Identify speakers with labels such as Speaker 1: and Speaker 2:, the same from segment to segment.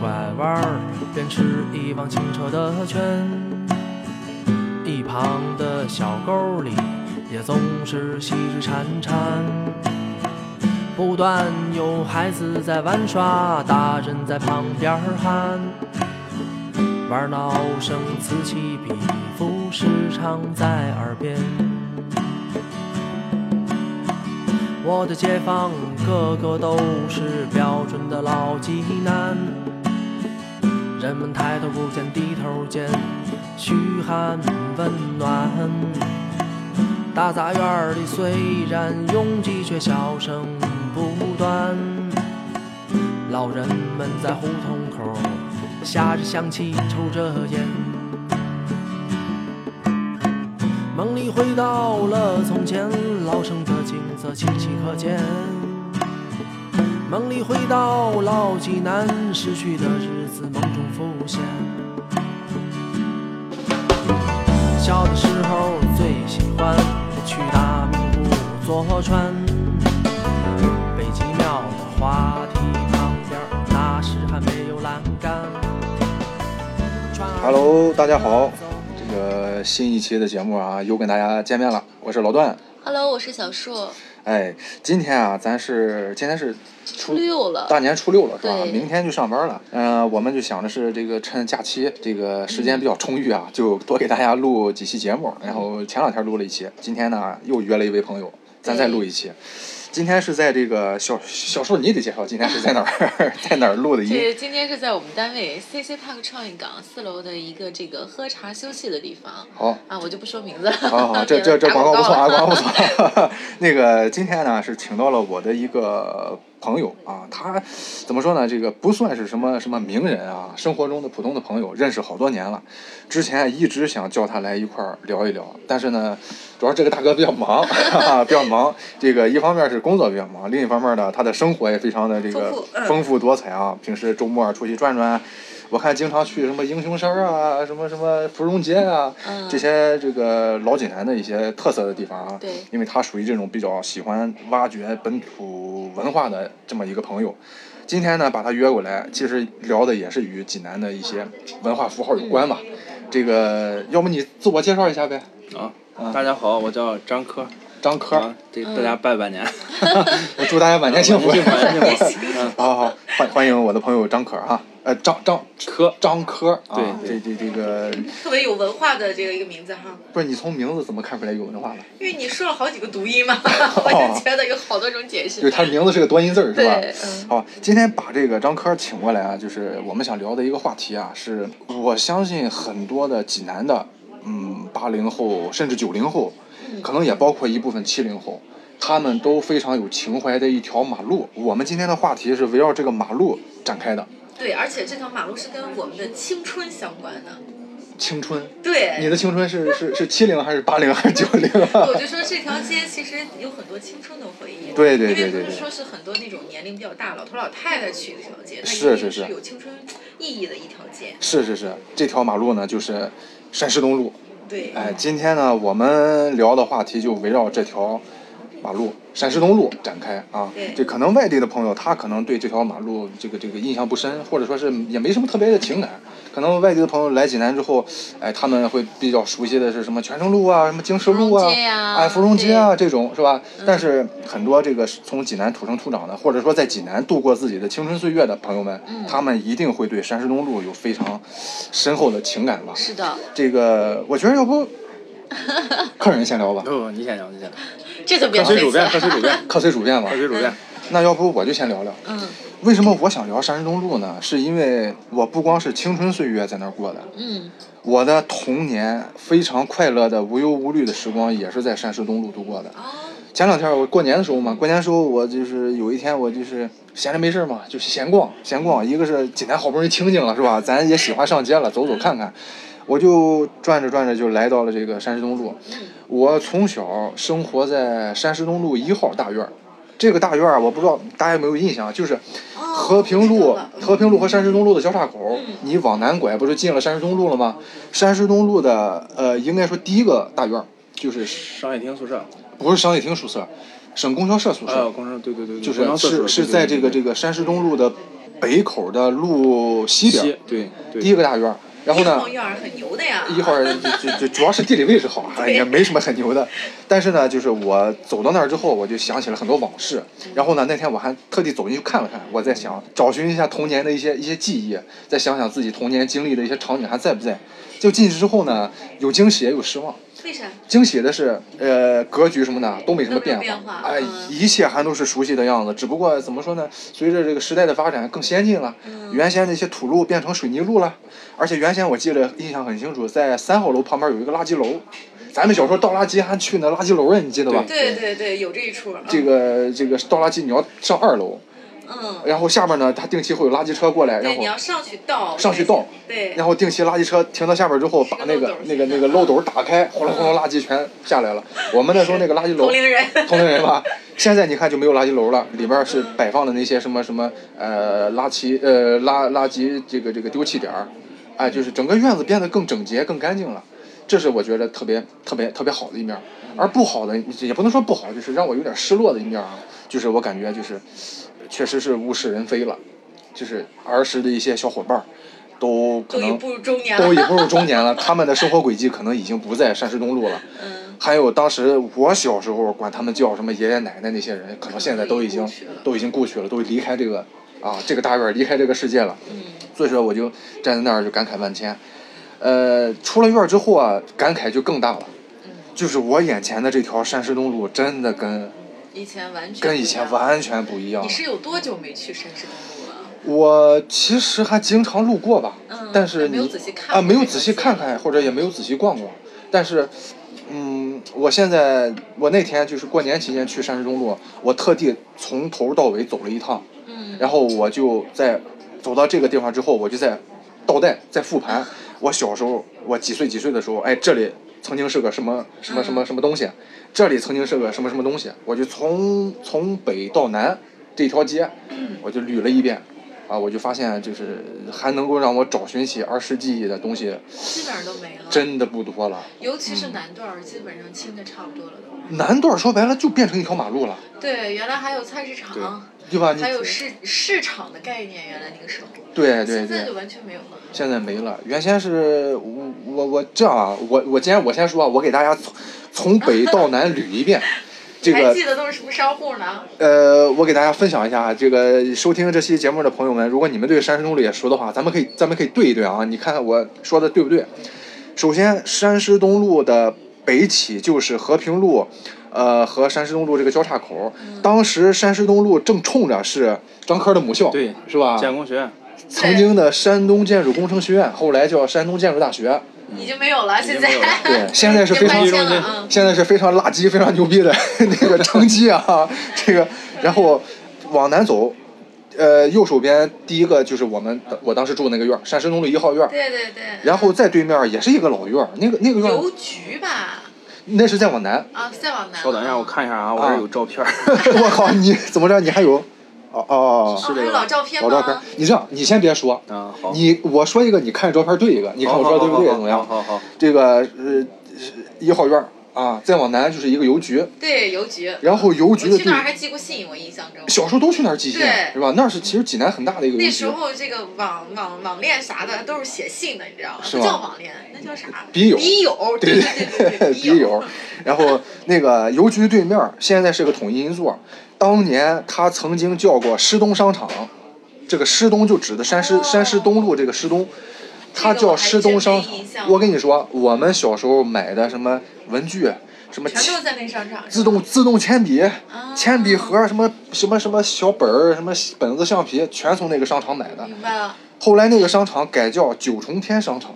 Speaker 1: 拐弯儿，便是一汪清澈的泉。一旁的小沟里也总是细枝潺潺，不断有孩子在玩耍，大人在旁边儿喊。玩闹声此起彼伏，时常在耳边。我的街坊个个都是标准的老济南，人们抬头不见低头见，嘘寒问暖。大杂院儿里虽然拥挤，却笑声不断。老人们在胡同口儿下着象棋，抽着烟。梦里回到了从前，老城的景色清晰可见。梦里回到老济南，逝去的日子梦中浮现。小的时候最喜欢去大明湖坐船，北极庙的花堤旁边，那时还没有栏杆。船儿
Speaker 2: Hello，大家好，这个新一期的节目啊，又跟大家见面了，我是老段。
Speaker 3: Hello，我是小树，
Speaker 2: 哎，今天啊，咱是今天是初
Speaker 3: 六了，
Speaker 2: 大年初六了，是吧？
Speaker 3: 对
Speaker 2: 明天就上班了。嗯、我们就想着是这个趁假期，这个时间比较充裕啊，就多给大家录几期节目。
Speaker 3: 嗯
Speaker 2: 然后前两天录了一期，今天呢又约了一位朋友，咱再录一期。今天是在这个小小树，你得介绍今天是在哪 儿，在哪儿录的音？
Speaker 3: 这今天是在我们单位 CC Park 创意港四楼的一个这个喝茶休息的地方
Speaker 2: 好，
Speaker 3: 啊，我就不说名字了。
Speaker 2: 好 好，这这这
Speaker 3: 打
Speaker 2: 广告不错啊，
Speaker 3: 了
Speaker 2: 广告不错。 那个今天呢是请到了我的一个朋友啊，他怎么说呢？这个不算是什么什么名人啊，生活中的普通的朋友，认识好多年了。之前一直想叫他来一块儿聊一聊，但是呢，主要这个大哥比较忙，哈哈，比较忙。这个一方面是工作比较忙，另一方面呢，他的生活也非常的这个
Speaker 3: 丰富嗯
Speaker 2: 丰富多彩啊。平时周末出去转转，我看经常去什么英雄山啊，什么什么芙蓉街啊，
Speaker 3: 嗯
Speaker 2: 这些这个老济南的一些特色的地方啊，
Speaker 3: 对
Speaker 2: 因为他属于这种比较喜欢挖掘本土文化的这么一个朋友。今天呢，把他约过来，其实聊的也是与济南的一些文化符号有关嘛。这个，要不你自我介绍一下呗，
Speaker 4: 啊
Speaker 2: 嗯，
Speaker 4: 大家好，我叫张科，
Speaker 2: 张科，
Speaker 4: 啊，对大家拜拜年，
Speaker 2: 我祝大家晚年幸福。
Speaker 4: 嗯幸福，幸福，嗯，
Speaker 2: 好 好好，欢欢迎我的朋友张科啊，呃，张张
Speaker 4: 科，
Speaker 2: 张科啊，这
Speaker 4: 对
Speaker 2: 这这个，
Speaker 5: 特别有文化的这个一个名字哈，
Speaker 2: 不是你从名字怎么看出来有文化了？
Speaker 5: 因为你说了好几个读音嘛，
Speaker 2: 哦
Speaker 5: 我就觉得有好多种解
Speaker 2: 就是
Speaker 5: 释。
Speaker 2: 他名字是个多音字儿，是吧？
Speaker 3: 对，嗯，
Speaker 2: 好，今天把这个张科请过来啊，就是我们想聊的一个话题啊，是我相信很多的济南的，嗯，八零后甚至九零后，
Speaker 3: 嗯
Speaker 2: 可能也包括一部分七零后，他们都非常有情怀的一条马路。我们今天的话题是围绕这个马路展开的，
Speaker 5: 对，而且这条马路是跟我们的青春相关的。
Speaker 2: 青春。你
Speaker 5: 对，
Speaker 2: 的青春是是是七零还是八零还是九零
Speaker 5: 我
Speaker 2: 啊？
Speaker 5: 就说这条街其实有很多青春的回忆。
Speaker 2: 对对对
Speaker 5: 因为
Speaker 2: 对
Speaker 5: 不是
Speaker 2: 对
Speaker 5: 说是很多那种年龄比较大老头老太太去的一条街，那
Speaker 2: 是
Speaker 5: 一定
Speaker 2: 是是
Speaker 5: 有青春意义的一条街。
Speaker 2: 是是是，这条马路呢就是山石东路。
Speaker 5: 对，
Speaker 2: 哎，今天呢，我们聊的话题就围绕这条马路陕石东路展开啊
Speaker 5: 对。
Speaker 2: 这可能外地的朋友，他可能对这条马路这个这个印象不深，或者说是也没什么特别的情感。可能外地的朋友来济南之后，哎，他们会比较熟悉的是什么泉城路啊，什么经石路
Speaker 3: 芙
Speaker 2: 啊
Speaker 3: 蓉街，嗯呀
Speaker 2: 哎，芙蓉街啊这种是吧？但是很多这个是从济南土生土长的，或者说在济南度过自己的青春岁月的朋友们，
Speaker 3: 嗯
Speaker 2: 他们一定会对山石东路有非常深厚的情感吧。
Speaker 3: 是的，
Speaker 2: 这个我觉得要不 客人先聊吧，
Speaker 4: 不不，你先聊，你先聊，
Speaker 3: 这就别
Speaker 4: 喝水
Speaker 3: 推
Speaker 4: 煮
Speaker 3: 辞
Speaker 4: 面，
Speaker 3: 了。
Speaker 4: 喝水煮面，
Speaker 2: 客随主便吧嗯
Speaker 4: 喝。水煮面，
Speaker 2: 那要不我就先聊聊，
Speaker 3: 嗯
Speaker 2: 为什么我想聊山石东路呢？是因为我不光是青春岁月在那儿过的，
Speaker 3: 嗯，
Speaker 2: 我的童年非常快乐的、无忧无虑的时光也是在山石东路度过的。
Speaker 5: 啊，
Speaker 2: 前两天我过年的时候嘛，过年的时候我就是有一天我就是闲着没事儿嘛，就闲逛闲逛。一个是济南好不容易清静了是吧？咱也喜欢上街了，走走看看。我就转着转着就来到了这个山石东路。
Speaker 5: 嗯
Speaker 2: 我从小生活在山石东路一号大院儿，这个大院儿我不知道大家有没有印象，啊就是
Speaker 5: 哦
Speaker 2: 和平
Speaker 5: 我知道
Speaker 2: 路
Speaker 5: 了、嗯
Speaker 2: 和平路和山石东路的交叉口，你往南拐不是进了山石东路了吗？山石东路的呃，应该说第一个大院儿就是
Speaker 4: 商业厅宿舍，
Speaker 2: 不是商业厅宿舍，省供销社宿舍，
Speaker 4: 呃，工程，对对对，对
Speaker 2: 就
Speaker 4: 工商
Speaker 2: 是
Speaker 4: 厕所
Speaker 2: 是是在这个这个山石东路的北口的路西边儿，
Speaker 4: 对对，
Speaker 2: 第一个大院儿。然后呢
Speaker 5: 一号，院儿很牛的呀，
Speaker 2: 一会儿就就就主要是地理位置好啊，也没什么很牛的。但是呢，就是我走到那儿之后，我就想起了很多往事。然后呢，那天我还特地走进去看了看，我在想找寻一下童年的一些一些记忆，再想想自己童年经历的一些场景还在不在。就进去之后呢，有惊喜也有失望。
Speaker 5: 为啥？
Speaker 2: 惊喜的是，呃，格局什么的都没什么变
Speaker 5: 都没有变化
Speaker 2: 哎，
Speaker 5: 嗯
Speaker 2: 一切还都是熟悉的样子。只不过怎么说呢，随着这个时代的发展更先进了，
Speaker 5: 嗯
Speaker 2: 原先那些土路变成水泥路了，而且原先我记得印象很清楚，在三号楼旁边有一个垃圾楼，咱们小时候倒垃圾还去那垃圾楼呢，你记得吧？
Speaker 5: 对对对，有这一出。嗯
Speaker 2: 这个这个倒垃圾你要上二楼，
Speaker 5: 嗯，
Speaker 2: 然后下面呢，它定期会有垃圾车过来，然
Speaker 5: 对，
Speaker 2: 后
Speaker 5: 你要上去倒。
Speaker 2: 上去倒。
Speaker 5: 对。
Speaker 2: 然后定期垃圾车停到下面之后，把那个那个那个漏斗打开，哗啦哗
Speaker 5: 嗯
Speaker 2: 啦垃圾全下来了。我们那时候那个垃圾楼
Speaker 5: 同，龄人。
Speaker 2: 同龄人吧。现在你看就没有垃圾楼了，里边是摆放的那些什么什么呃垃圾呃垃垃圾这个这个丢弃点儿，哎，就是整个院子变得更整洁、更干净了。这是我觉得特别特别特别好的一面儿，而不好的也不能说不好，就是让我有点失落的一面儿啊，就是我感觉就是确实是物是人非了，就是儿时的一些小伙伴儿都可
Speaker 5: 都已
Speaker 2: 能
Speaker 5: 步入中年
Speaker 2: 都
Speaker 5: 了。
Speaker 2: 已步入中年了，他们的生活轨迹可能已经不在山石东路了。
Speaker 5: 嗯
Speaker 2: 还有当时我小时候管他们叫什么爷爷奶奶那些人，可能现在都已经都已经故去了，嗯都离开这个啊这个大院儿，离开这个世界了。所以说我就站在那儿就感慨万千。呃，出了院儿之后啊，感慨就更大了。就是我眼前的这条山石东路，真的跟
Speaker 5: 以前完全。
Speaker 2: 跟以前。完全不一样
Speaker 5: 你
Speaker 2: 了。
Speaker 5: 是有多久没去山石公路了？
Speaker 2: 我其实还经常路过吧，
Speaker 5: 嗯
Speaker 2: 但是
Speaker 5: 但
Speaker 2: 你
Speaker 5: 没有仔细看
Speaker 2: 啊，
Speaker 5: 过
Speaker 2: 没有
Speaker 5: 这
Speaker 2: 仔
Speaker 5: 条
Speaker 2: 细看
Speaker 5: 线
Speaker 2: 看，或者也没有仔细逛逛。但是，嗯，我现在我那天就是过年期间去山石中路，我特地从头到尾走了一趟，
Speaker 5: 嗯。
Speaker 2: 然后我就在走到这个地方之后，我就在倒带，在复盘我小时候我几岁几岁的时候，哎，这里曾经是个什么什么什
Speaker 5: 嗯
Speaker 2: 么什么东西，这里曾经是个什么什么东西，我就从从北到南这条街，
Speaker 5: 嗯
Speaker 2: 我就捋了一遍。啊，我就发现就是还能够让我找寻起儿时记忆的东西，
Speaker 5: 基本上都没了。
Speaker 2: 真的嗯不多了。
Speaker 5: 尤其是南段儿，基本上清的差不多了都。
Speaker 2: 南段儿说白了就变成一条马路了，
Speaker 5: 对，原来还有菜市场，
Speaker 2: 对吧？你
Speaker 5: 啊还有市市场的概念，原来那个时候，
Speaker 2: 对对对，
Speaker 5: 现在就完全没有了。
Speaker 2: 现在没了。原先是我我我这样啊，我我今天我先说啊，我给大家从从北到南捋一遍。这
Speaker 5: 还
Speaker 2: 个
Speaker 5: 记得都是什么商户呢？
Speaker 2: 呃，我给大家分享一下啊，这个收听这期节目的朋友们，如果你们对山石中路也熟的话，咱们可以咱们可以对一对啊，你看看我说的对不对？啊首先，山石东路的北起就是和平路，呃和山石东路这个交叉口。当时山石东路正冲着是张科的母校，
Speaker 4: 对
Speaker 2: 是吧？
Speaker 4: 建工学院，
Speaker 2: 曾经的山东建筑工程学院，后来叫山东建筑大学。
Speaker 5: 已经没有了，现在
Speaker 4: 已经没 有了
Speaker 2: 对，现在是非常
Speaker 5: 搬迁了啊。
Speaker 2: 现在是非常垃圾、非常牛逼的那个成绩啊，这个，然后往南走，呃，右手边第一个就是我们我当时住那个院儿，山石东路一号院儿，
Speaker 5: 对对对。
Speaker 2: 然后再对面也是一个老院儿，那个那个院儿
Speaker 5: 邮局吧，
Speaker 2: 那是再往南，
Speaker 5: 啊，再往南。
Speaker 4: 稍等一下，我。看一下啊，我这有照片儿。
Speaker 2: 我靠，你怎么着？你还有？哦哦
Speaker 5: 哦，
Speaker 2: 哦，
Speaker 5: 还有老照片
Speaker 2: 老
Speaker 5: 吗？
Speaker 2: 照片儿，你这样，你先别说，
Speaker 4: 啊，好，
Speaker 2: 你我说一个，你看着照片对一个，你看我说的对不对？
Speaker 4: 好好好
Speaker 2: 怎么样？
Speaker 4: 好好好，
Speaker 2: 这个呃是一号院儿啊，再往南就是一个邮局，
Speaker 5: 对，邮局。
Speaker 2: 然后邮
Speaker 5: 我
Speaker 2: 局的
Speaker 5: 去
Speaker 2: 对
Speaker 5: 那儿还寄过信，我印象中。
Speaker 2: 小时候都去那儿寄信
Speaker 5: 对，
Speaker 2: 是吧？那是其实济南很大的一个
Speaker 5: 那
Speaker 2: 邮
Speaker 5: 时
Speaker 2: 局，
Speaker 5: 候这个网网网恋啥的都是写信的，你知道吗？
Speaker 2: 是
Speaker 5: 不
Speaker 2: 吗
Speaker 5: 叫网恋，那叫啥？
Speaker 2: 笔友
Speaker 5: 笔友，对对对对，
Speaker 2: 笔友。然后那个邮局对面儿现在是个统一银座，当年他曾经叫过狮东商场，这个狮东就指的山师山师东路这个狮东。它
Speaker 5: 哦这个
Speaker 2: 叫
Speaker 5: 我还
Speaker 2: 狮东商
Speaker 5: 真
Speaker 2: 场
Speaker 5: 没印。象
Speaker 2: 我跟你说，我们小时候买的什么文具，什么
Speaker 5: 全都在那商场。
Speaker 2: 自动自动铅
Speaker 5: 啊
Speaker 2: 笔、铅笔盒、什么什么什么小本儿、什么本子、橡皮，全从那个商场买的。
Speaker 5: 明白了。
Speaker 2: 后来那个商场改叫九重天商场，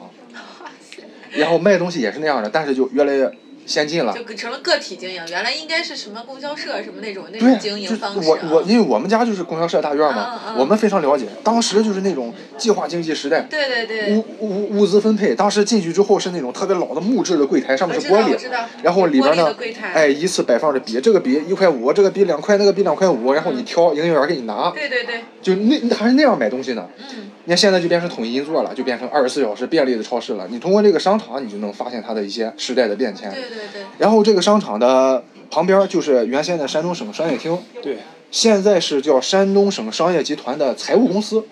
Speaker 2: 然后卖东西也是那样的，但是就越来越先进了。
Speaker 5: 就成了个体经营，原来应该是什么供销社什么那种那
Speaker 2: 对，
Speaker 5: 种经
Speaker 2: 就
Speaker 5: 营
Speaker 2: 是
Speaker 5: 方式、
Speaker 2: 我
Speaker 5: 啊。
Speaker 2: 我因为我们家就是供销社大院嘛，
Speaker 5: 嗯嗯
Speaker 2: 我们非常了解。当时就是那种计划经济时代，
Speaker 5: 对对对，
Speaker 2: 物物物资分配，当时进去之后是那种特别老的木质的柜台，上面是玻
Speaker 5: 我
Speaker 2: 璃
Speaker 5: 知道我知道，
Speaker 2: 然后里边
Speaker 5: 玻璃
Speaker 2: 呢
Speaker 5: 的柜台，
Speaker 2: 哎，依次摆放着笔，这个笔一块五，这个笔两块，那个笔两块五，然后你挑，营业员给你拿，
Speaker 5: 对对对，
Speaker 2: 就那那还是那样买东西呢。
Speaker 5: 嗯，
Speaker 2: 你看现在就变成统一银座了，就变成二十四小时便利的超市了。你通过这个商场，你就能发现它的一些时代的变迁。
Speaker 5: 对对对，
Speaker 2: 然后这个商场的旁边就是原先的山东省商业厅，
Speaker 4: 对，
Speaker 2: 现在是叫山东省商业集团的财务公司。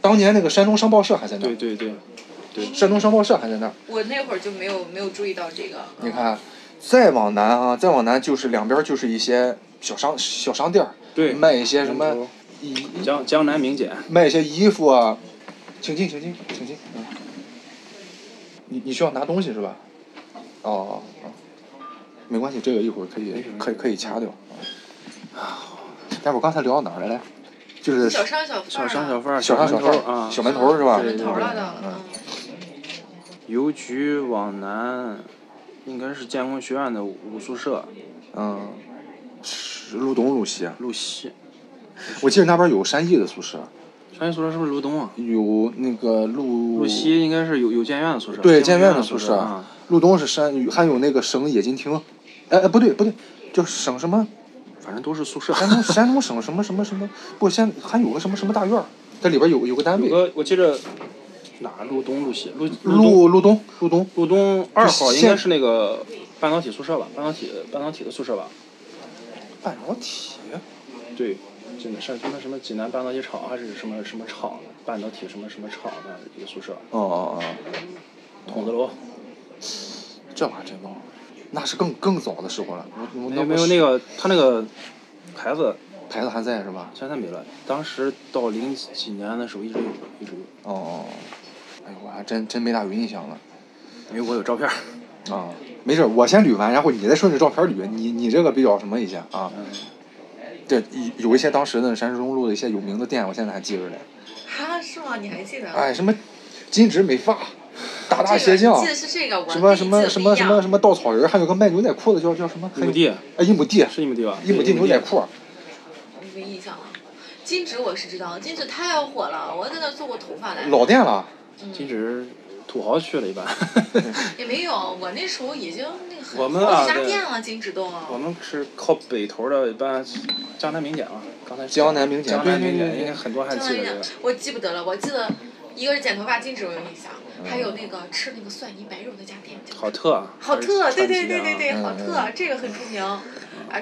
Speaker 2: 当年那个山东商报社还在那
Speaker 4: 对
Speaker 2: 儿，
Speaker 4: 对对，
Speaker 2: 山东商报社还在那儿。
Speaker 5: 我那会儿就没有没有注意到这个。嗯
Speaker 2: 你看，再往南啊，再往南就是两边就是一些小商小商店儿，
Speaker 4: 对
Speaker 2: 卖一些什
Speaker 4: 南
Speaker 2: 么
Speaker 4: 头
Speaker 2: 衣，
Speaker 4: 江江南名简，
Speaker 2: 卖一些衣服啊。请进，请进，请进。嗯、你你需要拿东西是吧？哦哦哦，没关系，这个一会儿可以可以可以掐掉。但是我刚才聊到哪儿来了？就是
Speaker 5: 小商小贩
Speaker 4: 小
Speaker 5: 儿
Speaker 4: 商
Speaker 5: 啊
Speaker 4: 贩儿，
Speaker 2: 小商小贩儿
Speaker 4: 门头儿啊，
Speaker 2: 小门头儿是吧？
Speaker 5: 小
Speaker 2: 对
Speaker 5: 门头儿了
Speaker 2: 对
Speaker 5: 到
Speaker 2: 对
Speaker 5: 了
Speaker 2: 嗯，
Speaker 4: 邮局往南，应该是建工学院的武术社
Speaker 2: 嗯，是路东路西啊，
Speaker 4: 路西，
Speaker 2: 我记得那边有山艺的宿舍，
Speaker 4: 商业宿舍是不是路东啊？
Speaker 2: 有那个路
Speaker 4: 路西应该是有有建院的宿舍，
Speaker 2: 对
Speaker 4: 建
Speaker 2: 建
Speaker 4: 工
Speaker 2: 院
Speaker 4: 学
Speaker 2: 的
Speaker 4: 宿
Speaker 2: 宿
Speaker 4: 舍
Speaker 2: 舍
Speaker 4: 啊，
Speaker 2: 路东是山，还有那个省冶金厅，哎哎不对不对，叫省什么？
Speaker 4: 反正都 是宿舍。
Speaker 2: 山东山东省什么什么什么？不，先还有个什么什么大院儿，这里边有有个单
Speaker 4: 有
Speaker 2: 位，
Speaker 4: 个我记着哪路东路西路东
Speaker 2: 路路东路东
Speaker 4: 路东二号应
Speaker 2: 现
Speaker 4: 该是那个半导体宿舍吧？半导体半导体的宿舍吧？
Speaker 2: 半导体，
Speaker 4: 对，真的是什么什么济南半导体厂还是什么什么厂的半导体什么什么厂的一个宿舍，
Speaker 2: 哦哦哦，
Speaker 4: 筒子楼。
Speaker 2: 这我还真忘了，那是更更早的时候了。我我
Speaker 4: 没有没有那个他那个牌子
Speaker 2: 牌子还在是吧？
Speaker 4: 现在没了，当时到零几年的时候一直有一直有，
Speaker 2: 哦哦，哦哎呦，我还真真没大有印象了。
Speaker 4: 因为我有照 片儿。
Speaker 2: 啊，没事儿，我先捋完，然后你再顺着照片捋。你你这个比较什么一下啊？
Speaker 4: 嗯，
Speaker 2: 这有有一些当时的山市中路的一些有名的店，我现在还记着嘞。
Speaker 5: 啊，是吗？你还记得？
Speaker 2: 哎，什么金纸美发、大大
Speaker 5: 这
Speaker 2: 鞋
Speaker 5: 个
Speaker 2: 匠
Speaker 5: 记，得是这个，我
Speaker 2: 什么
Speaker 5: 记
Speaker 2: 什
Speaker 5: 得
Speaker 2: 么什
Speaker 5: 不一
Speaker 2: 么什么
Speaker 5: 样
Speaker 2: 什么稻草人儿，还有个卖牛仔裤的叫叫什么？
Speaker 4: 一亩地
Speaker 2: 哎，一亩地，
Speaker 4: 是一亩地吧？
Speaker 2: 一亩地
Speaker 4: 对
Speaker 2: 牛仔。裤。
Speaker 5: 没印象了。金纸我是知道，金纸太火了，我在那做过头发来，
Speaker 2: 老店了，
Speaker 4: 金纸土豪 去了一般。
Speaker 5: 也没有，我那时候已经那个很
Speaker 4: 我们啊
Speaker 5: 好几家
Speaker 4: 对
Speaker 5: 店了，金纸都。
Speaker 4: 我们是靠北头的，一般江南名简嘛。刚才
Speaker 2: 江南名简
Speaker 4: 江南
Speaker 2: 对对
Speaker 4: 名
Speaker 2: 对
Speaker 4: 简
Speaker 2: 对
Speaker 4: 应该很多还
Speaker 5: 真
Speaker 4: 记得这
Speaker 5: 的
Speaker 4: 个。，
Speaker 5: 我记不得了，我记得一个是剪头发，金纸我有印象，
Speaker 2: 嗯
Speaker 5: 还有那个吃那个蒜泥白肉那家店叫。
Speaker 4: 好特啊。
Speaker 5: 好特，对对对对对，
Speaker 2: 嗯
Speaker 5: 好
Speaker 2: 嗯
Speaker 5: 特，这个很出名，啊，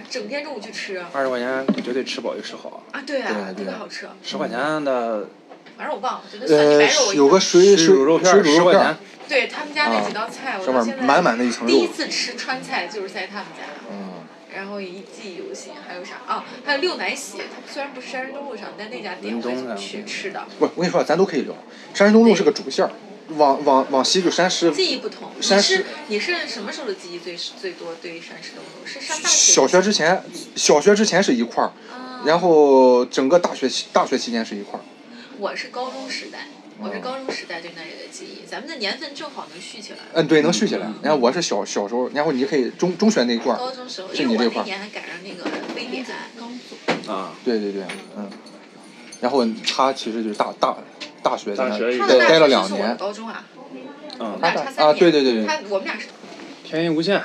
Speaker 5: 整天中午去吃，啊
Speaker 4: 二十块钱绝对吃饱又吃好，
Speaker 5: 对啊，
Speaker 2: 对
Speaker 5: 特
Speaker 2: 对
Speaker 5: 别好吃，
Speaker 4: 十块钱的
Speaker 5: 反正我忘了，觉得蒜泥
Speaker 2: 呃
Speaker 5: 白肉我，一
Speaker 2: 有个水
Speaker 4: 水
Speaker 2: 水
Speaker 4: 煮肉片
Speaker 2: 水
Speaker 4: 儿
Speaker 2: 煮
Speaker 4: 十
Speaker 2: 肉
Speaker 4: 块
Speaker 2: 片
Speaker 4: 钱
Speaker 2: 儿，，
Speaker 5: 对他们家那几道菜，我
Speaker 2: 上
Speaker 5: 到现
Speaker 2: 面
Speaker 5: 在
Speaker 2: 满满的一层
Speaker 5: 第一
Speaker 2: 肉。
Speaker 5: 次吃川菜就是在他们家，
Speaker 2: 嗯，
Speaker 5: 然后一记忆犹新。还有啥啊？还有六奶喜，它虽然不是山山东路上，但那家店
Speaker 4: 文
Speaker 5: 我
Speaker 4: 东
Speaker 5: 也
Speaker 4: 的
Speaker 5: 去吃的，
Speaker 2: 不，我跟你说，咱都可以聊。山市东路是个主线儿，往往往西就山师
Speaker 5: 记忆不同。你
Speaker 2: 山
Speaker 5: 是
Speaker 2: 石
Speaker 5: 你是什么时候的记忆最最多？对于山石东路是上大学
Speaker 2: 小学之前，小学之前是一块儿，
Speaker 5: 啊
Speaker 2: 然后整个大学期大学期间是一块儿。
Speaker 5: 我是高中时代，我是高中时代对那里的记忆，咱们的年份正好能续起来。
Speaker 2: 嗯，对，能续起来。然后我是小小时候，然后你可以中中学那一块儿。
Speaker 5: 高中时候，
Speaker 2: 是
Speaker 5: 因为
Speaker 2: 你这
Speaker 5: 我
Speaker 2: 块
Speaker 5: 那
Speaker 2: 儿
Speaker 5: 年还赶上那个非典，
Speaker 4: 啊，
Speaker 2: 对对对，嗯。然后他其实就是大大大学在那
Speaker 4: 大学
Speaker 2: 儿
Speaker 4: 一
Speaker 5: 他
Speaker 4: 个
Speaker 5: 的
Speaker 2: 待待了
Speaker 5: 大学
Speaker 2: 两
Speaker 5: 是我的
Speaker 2: 年。
Speaker 5: 高中啊，我
Speaker 4: 嗯
Speaker 5: 们，
Speaker 2: 他
Speaker 5: 俩
Speaker 2: 大
Speaker 5: 差三
Speaker 2: 啊
Speaker 5: 年。
Speaker 2: 对对对对
Speaker 5: 他我们俩是，
Speaker 4: 天音无限，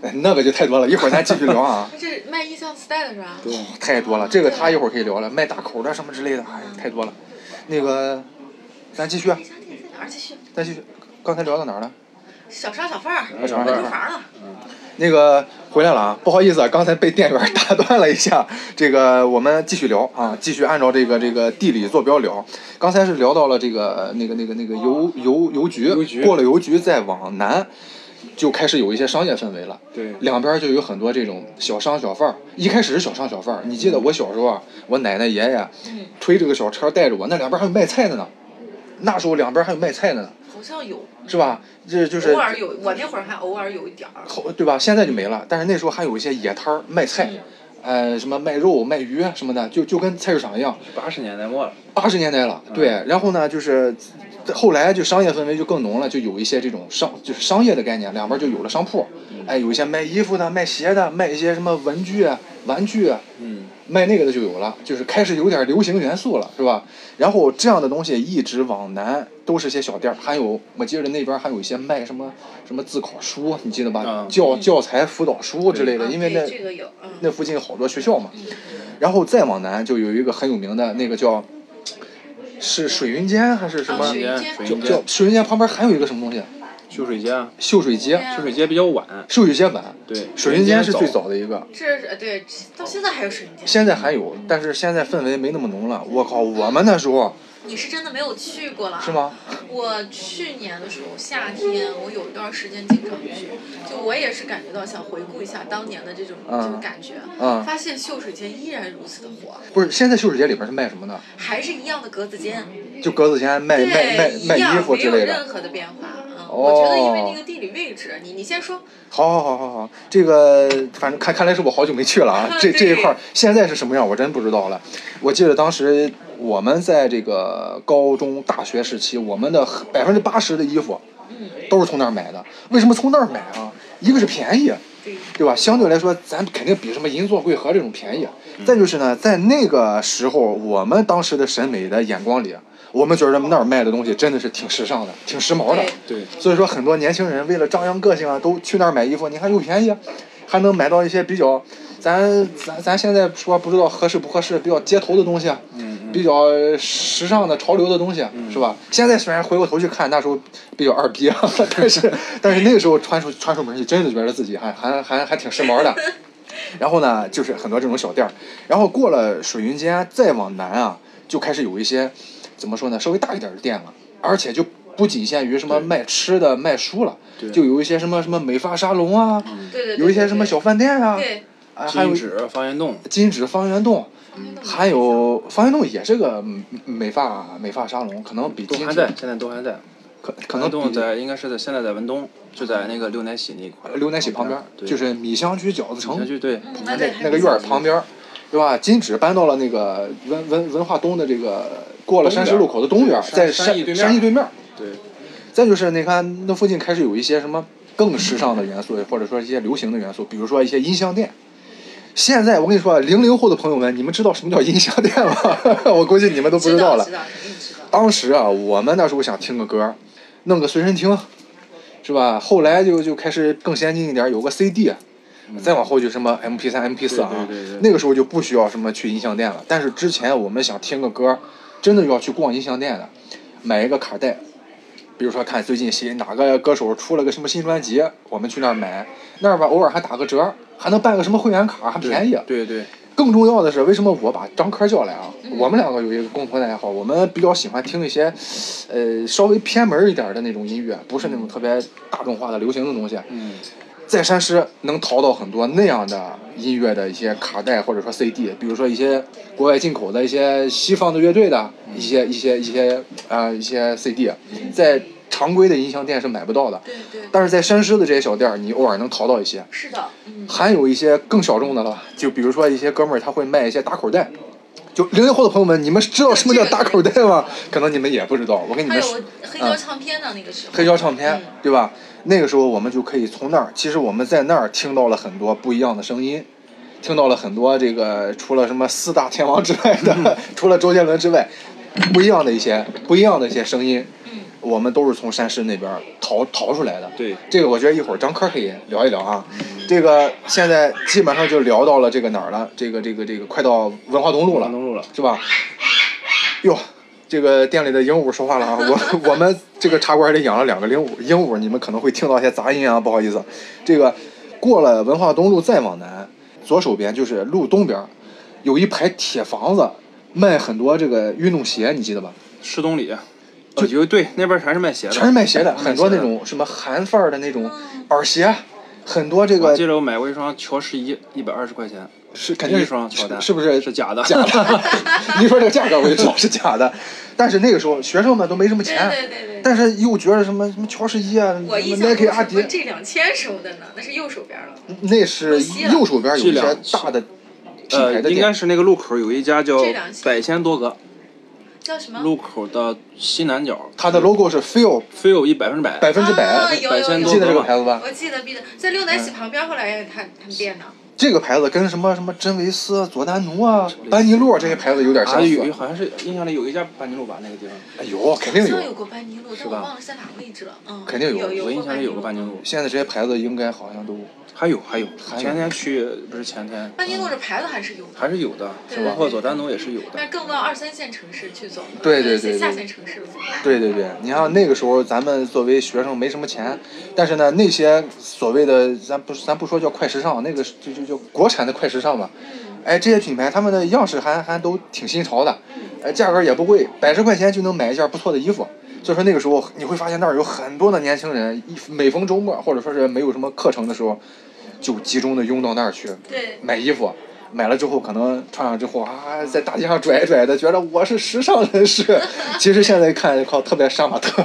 Speaker 2: 哎，那个就太多了，一会儿咱继续聊 啊。
Speaker 5: 这是卖音像磁带的是吧？
Speaker 4: 对，
Speaker 2: 太多了，这个他一会儿可以聊了，卖大口的什么之类的，哎，太多了。那个，咱继续，啊，
Speaker 5: 那家店在哪儿？继续，
Speaker 2: 咱继续。刚才聊到哪儿了？
Speaker 5: 小商小贩儿，
Speaker 4: 小商
Speaker 5: 门
Speaker 4: 小贩儿
Speaker 5: 头房了。
Speaker 2: 那个回来了啊，不好意思啊，刚才被店员打断了一下。 这个我们继续聊啊，继续按照这个这个地理坐标聊。刚才是聊到了这个呃那个那个那个
Speaker 5: 哦
Speaker 2: 邮邮邮局，
Speaker 4: 邮局
Speaker 2: 过了邮局再往南，就开始有一些商业氛围了。
Speaker 4: 对，
Speaker 2: 两边就有很多这种小商小贩儿，一开始是小商小贩儿。你记得我小时候啊，我奶奶爷爷
Speaker 5: 嗯，
Speaker 2: 推着个小车带着我，那两边还有卖菜的呢。那时候两边还有卖菜的呢，
Speaker 5: 好像有，
Speaker 2: 是吧？这就是
Speaker 5: 偶尔有，我那会儿还偶尔有一点儿。
Speaker 2: 后对吧？现在就没了，但是那时候还有一些野摊儿卖菜，呃，什么卖肉、卖鱼啊什么的，就就跟菜市场一样。
Speaker 4: 八十年代末了，
Speaker 2: 八十年代了，对，然后呢，就是后来就商业氛围就更浓了，就有一些这种商就是商业的概念，两边就有了商铺，哎，有一些卖衣服的、卖鞋的、卖一些什么文具、啊、玩具啊，
Speaker 4: 嗯，
Speaker 2: 卖那个的就有了，就是开始有点流行元素了，是吧？然后这样的东西一直往南都是些小店儿，还有我记得那边还有一些卖什么什么自考书，你记得吧？
Speaker 4: 嗯
Speaker 2: 教教材辅导书之类的，
Speaker 5: 啊
Speaker 2: 因为那
Speaker 5: 对这个有，嗯，
Speaker 2: 那附近有好多学校嘛。然后再往南就有一个很有名的那个叫是水云间还是什么
Speaker 5: 啊？水云
Speaker 4: 间
Speaker 5: 间
Speaker 4: 水
Speaker 2: 叫
Speaker 4: 云
Speaker 2: 叫
Speaker 4: 间，
Speaker 2: 水云间旁边还有一个什么东西？
Speaker 4: 秀水街啊，
Speaker 2: 秀水街，
Speaker 4: 秀水街比较晚，
Speaker 2: 秀水街晚，
Speaker 4: 对，
Speaker 2: 水云间是最早的一个，
Speaker 5: 这是呃对，到现在还有水云间。
Speaker 2: 现在还有，但是现在氛围没那么浓了。我靠，我们那时候
Speaker 5: 你是真的没有去过了？啊
Speaker 2: 是？吗？
Speaker 5: 我去年的时候夏天，我有一段时间经常去，就我也是感觉到想回顾一下当年的这种、
Speaker 2: 嗯
Speaker 5: 这种感觉，
Speaker 2: 嗯
Speaker 5: 发现秀水街依然如此的火，
Speaker 2: 不是，现在秀水街里边是卖什么的？
Speaker 5: 还是一样的格子间，
Speaker 2: 就格子间嗯卖
Speaker 5: 对，
Speaker 2: 卖卖
Speaker 5: 一
Speaker 2: 卖
Speaker 5: 样
Speaker 2: 衣服之类
Speaker 5: 没有
Speaker 2: 的
Speaker 5: 任。何的变化。嗯，
Speaker 2: 哦
Speaker 5: 我觉得因为那个地理位置，你你先说，。
Speaker 2: 好好好好好，这个反正看看来是我好久没去了啊 这这一
Speaker 5: 对
Speaker 2: 块儿现在是什么样，我真不知道了。我记得当时我们在这个高中、大学时期，我们的百分之八十的衣服
Speaker 5: 嗯，
Speaker 2: 都是从那儿买的。为什么从那儿买啊？一个是便宜，啊
Speaker 5: 对，
Speaker 2: 对吧？相对来说，咱肯定比什么银座、贵和这种便宜。啊再就是呢，在那个时候，我们当时的审美的眼光里，啊我们觉得那儿卖的东西真的是挺时尚的、挺时髦的。
Speaker 5: 对
Speaker 4: 对，
Speaker 2: 所以说，很多年轻人为了张扬个性啊，都去那儿买衣服。你看又便宜，啊还能买到一些比较，咱咱咱现在说不知道合适不合适，比较街头的东西，啊
Speaker 4: 嗯
Speaker 2: 比较时尚的潮流的东西，啊是吧？现在虽然回过头去看，那时候比较二逼啊，但 是但是那个时候穿出穿出门去，真的觉得自己还还还还挺时髦 的。然后呢，就是很多这种小店儿，然后过了水云间，再往南啊，就开始有一些怎么说呢，稍微大一点的店了，而且就不仅限于什么卖吃的、卖书了，
Speaker 4: 对嗯
Speaker 2: 就有一些什么什么美发沙龙啊，
Speaker 5: 对对对，
Speaker 2: 有一些什么小饭店啊，
Speaker 5: 对，
Speaker 2: 啊还有
Speaker 4: 金纸方圆洞，
Speaker 2: 金纸方圆洞，
Speaker 5: 对
Speaker 2: 还有方圆洞也是个美美发美发沙龙，可能比
Speaker 4: 都
Speaker 2: 金
Speaker 4: 还在，
Speaker 2: 纸
Speaker 4: 现在都还在。
Speaker 2: 可可能
Speaker 4: 方圆洞
Speaker 2: 比
Speaker 4: 在应该是在现在在文东，就在那个刘奶喜那一块儿。
Speaker 2: 刘奶喜旁边，
Speaker 4: 对
Speaker 2: 就是米香区饺子城
Speaker 4: 小区对，
Speaker 5: 嗯，
Speaker 2: 那
Speaker 5: 那对，还
Speaker 2: 那个
Speaker 5: 有
Speaker 2: 院儿旁边儿，对吧？金纸搬到了那个文文文化东的这个过了
Speaker 4: 东
Speaker 2: 山
Speaker 4: 边
Speaker 2: 十
Speaker 4: 儿
Speaker 2: 路口的东
Speaker 4: 对
Speaker 2: 边儿，
Speaker 4: 山
Speaker 2: 在
Speaker 4: 山
Speaker 2: 山
Speaker 4: 一对面
Speaker 2: 山一对面儿。
Speaker 4: 对，
Speaker 2: 再就是你看那附近开始有一些什么更时尚的元素，或者说一些流行的元素，比如说一些音像店。现在我跟你说啊，零零后的朋友们，你们知道什么叫音像店吗？ 我估计你们都不
Speaker 5: 知
Speaker 2: 道
Speaker 5: 道
Speaker 2: 了
Speaker 5: 知。道肯定知道。
Speaker 2: 当时啊，我们那时候想听个歌，弄个随身听，是吧？后来就就开始更先进一点，有个 CD，、再往后就什么 MP 三、MP 四啊
Speaker 4: 嗯对对对对
Speaker 2: 那个时候就不需要什么去音像店了。但是之前我们想听个歌，真的要去逛音像店的，买一个卡带，比如说看最近谁哪个歌手出了个什么新专辑，我们去那儿买，那儿吧偶尔还打个折，还能办个什么会员卡，还
Speaker 4: 对
Speaker 2: 便宜。啊
Speaker 4: 对对，
Speaker 2: 更重要的是，为什么我把张科叫来啊？我们两个有一个共同的爱好，我们比较喜欢听一些，呃，稍微偏门一点的那种音乐，不是那种特别大众化的流行的东西。
Speaker 4: 嗯，
Speaker 2: 在山师能淘到很多那样的音乐的一些卡带或者说 CD，比如说一些国外进口的一些西方的乐队的一些一些一些啊、一些 CD，在常规的音像店是买不到的。
Speaker 5: 对对，
Speaker 2: 但是在山师的这些小店儿，你偶尔能淘到一些。
Speaker 5: 是的，嗯，
Speaker 2: 还有一些更小众的了，就比如说一些哥们儿他会卖一些打口袋。就零零后的朋友们，你们知道什么叫打口袋 吗？可能你们也不知道。我跟你们
Speaker 5: 还有
Speaker 2: 说，
Speaker 5: 黑胶唱片呢，那个时候。
Speaker 2: 嗯黑胶唱片
Speaker 5: 嗯，
Speaker 2: 对吧？那个时候我们就可以从那儿，其实我们在那儿听到了很多不一样的声音，听到了很多这个除了什么四大天王之外
Speaker 5: 嗯
Speaker 2: 的， 除了周杰伦之外，不一样的一些不一样的一些声音，
Speaker 5: 嗯，
Speaker 2: 我们都是从山师那边儿淘淘出来的。
Speaker 4: 对，
Speaker 2: 这个我觉得一会儿张科可以聊一聊啊。
Speaker 4: 嗯
Speaker 2: 这个现在基本上就聊到了这个哪儿了？这个这个这个快到文化东路了
Speaker 4: 文化，东路了，
Speaker 2: 是吧？哟，这个店里的鹦鹉说话了啊！我我们这个茶馆里养了两个鹦鹉，鹦鹉你们可能会听到一些杂音啊，不好意思。这个过了文化东路再往南，左手边就是路东边儿，有一排铁房子，卖很多这个运动鞋，你记得吧？
Speaker 4: 十东里，呃，有对那边儿全是卖鞋的，
Speaker 2: 全是卖鞋的，
Speaker 4: 卖
Speaker 2: 很多那种什么韩范儿的那种
Speaker 5: 嗯
Speaker 2: 耳鞋，啊很多这
Speaker 4: 我
Speaker 2: 个
Speaker 4: 记得我买过一双乔十一，一百二十块钱，
Speaker 2: 是肯定是
Speaker 4: 一双乔
Speaker 2: 是
Speaker 4: 丹，
Speaker 2: 是不是
Speaker 4: 是假的？
Speaker 2: 假的？你说这个价格我就知道是假的，但是那个时候学生们都没什么
Speaker 5: 对
Speaker 2: 钱，
Speaker 5: 对对对。
Speaker 2: 但是又觉得什么什么乔十一啊，什么
Speaker 5: 我印象
Speaker 2: Nike、阿
Speaker 5: 中什
Speaker 2: 迪
Speaker 5: 么，这两千收的呢？那是右手边了。
Speaker 2: 那是
Speaker 5: 啊
Speaker 2: 右手边有一些
Speaker 4: 这两
Speaker 2: 大的品牌
Speaker 4: 呃，
Speaker 2: 的
Speaker 4: 应该
Speaker 2: 店，
Speaker 4: 是那个路口有一家叫
Speaker 5: 这两嗯
Speaker 4: 百千多格，
Speaker 5: 叫什么？
Speaker 4: 路口的西南角，
Speaker 2: 它的 logo 是 Feel
Speaker 4: 非有一百分之百，
Speaker 2: 百分之
Speaker 5: 啊
Speaker 2: 百，
Speaker 5: 有
Speaker 4: 百
Speaker 5: 有
Speaker 4: 千
Speaker 5: 有
Speaker 4: 多
Speaker 2: 记得这
Speaker 4: 格
Speaker 2: 个嗯
Speaker 4: 嘛。
Speaker 2: 牌子吧？
Speaker 5: 我记得，记得在六奶喜旁边，后来也看他们店呢。
Speaker 2: 这个牌子跟什么什么真维斯、啊、佐丹奴啊、班尼路啊这些牌子有点
Speaker 4: 啊，
Speaker 2: 相
Speaker 4: 有有
Speaker 2: 似。
Speaker 4: 好像是印象里有一家班尼路吧，那个地方。
Speaker 2: 哎有，肯定
Speaker 5: 好像有
Speaker 2: 有。
Speaker 5: 过班尼路，但
Speaker 4: 是
Speaker 5: 我
Speaker 4: 吧
Speaker 5: 忘了在哪个位置了。嗯，
Speaker 2: 肯定有
Speaker 5: 有。
Speaker 4: 我印
Speaker 5: 过
Speaker 4: 象里有个班
Speaker 5: 班
Speaker 4: 尼
Speaker 5: 尼
Speaker 4: 路，
Speaker 2: 现在这些牌子应该好像都
Speaker 4: 还有还有，
Speaker 2: 有
Speaker 4: 前天去不是前天，
Speaker 5: 班尼路这牌子还是有的，
Speaker 4: 还是有的，
Speaker 5: 对
Speaker 4: 是吧？
Speaker 5: 对
Speaker 4: 或佐丹奴也是有的。
Speaker 5: 但更往二三线城市去走，
Speaker 2: 对对
Speaker 5: 一
Speaker 2: 对
Speaker 5: 些下
Speaker 2: 对
Speaker 5: 线城市走。
Speaker 2: 对对对，你像那个时候咱们作为学生没什么钱，但是呢，那些所谓的咱不咱不说叫快时尚，那个是就就就国产的快时尚吧，哎，这些品牌他们的样式还还都挺新潮的，哎，价格也不贵，百十块钱就能买一件不错的衣服。所以说那个时候你会发现那儿有很多的年轻人，一每逢周末或者说是没有什么课程的时候，就集中的拥到那儿去
Speaker 5: 对，
Speaker 2: 买衣服。买了之后，可能穿上之后啊，在大街上拽一拽的，觉得我是时尚人 士。其实现在看，靠，特别杀马特。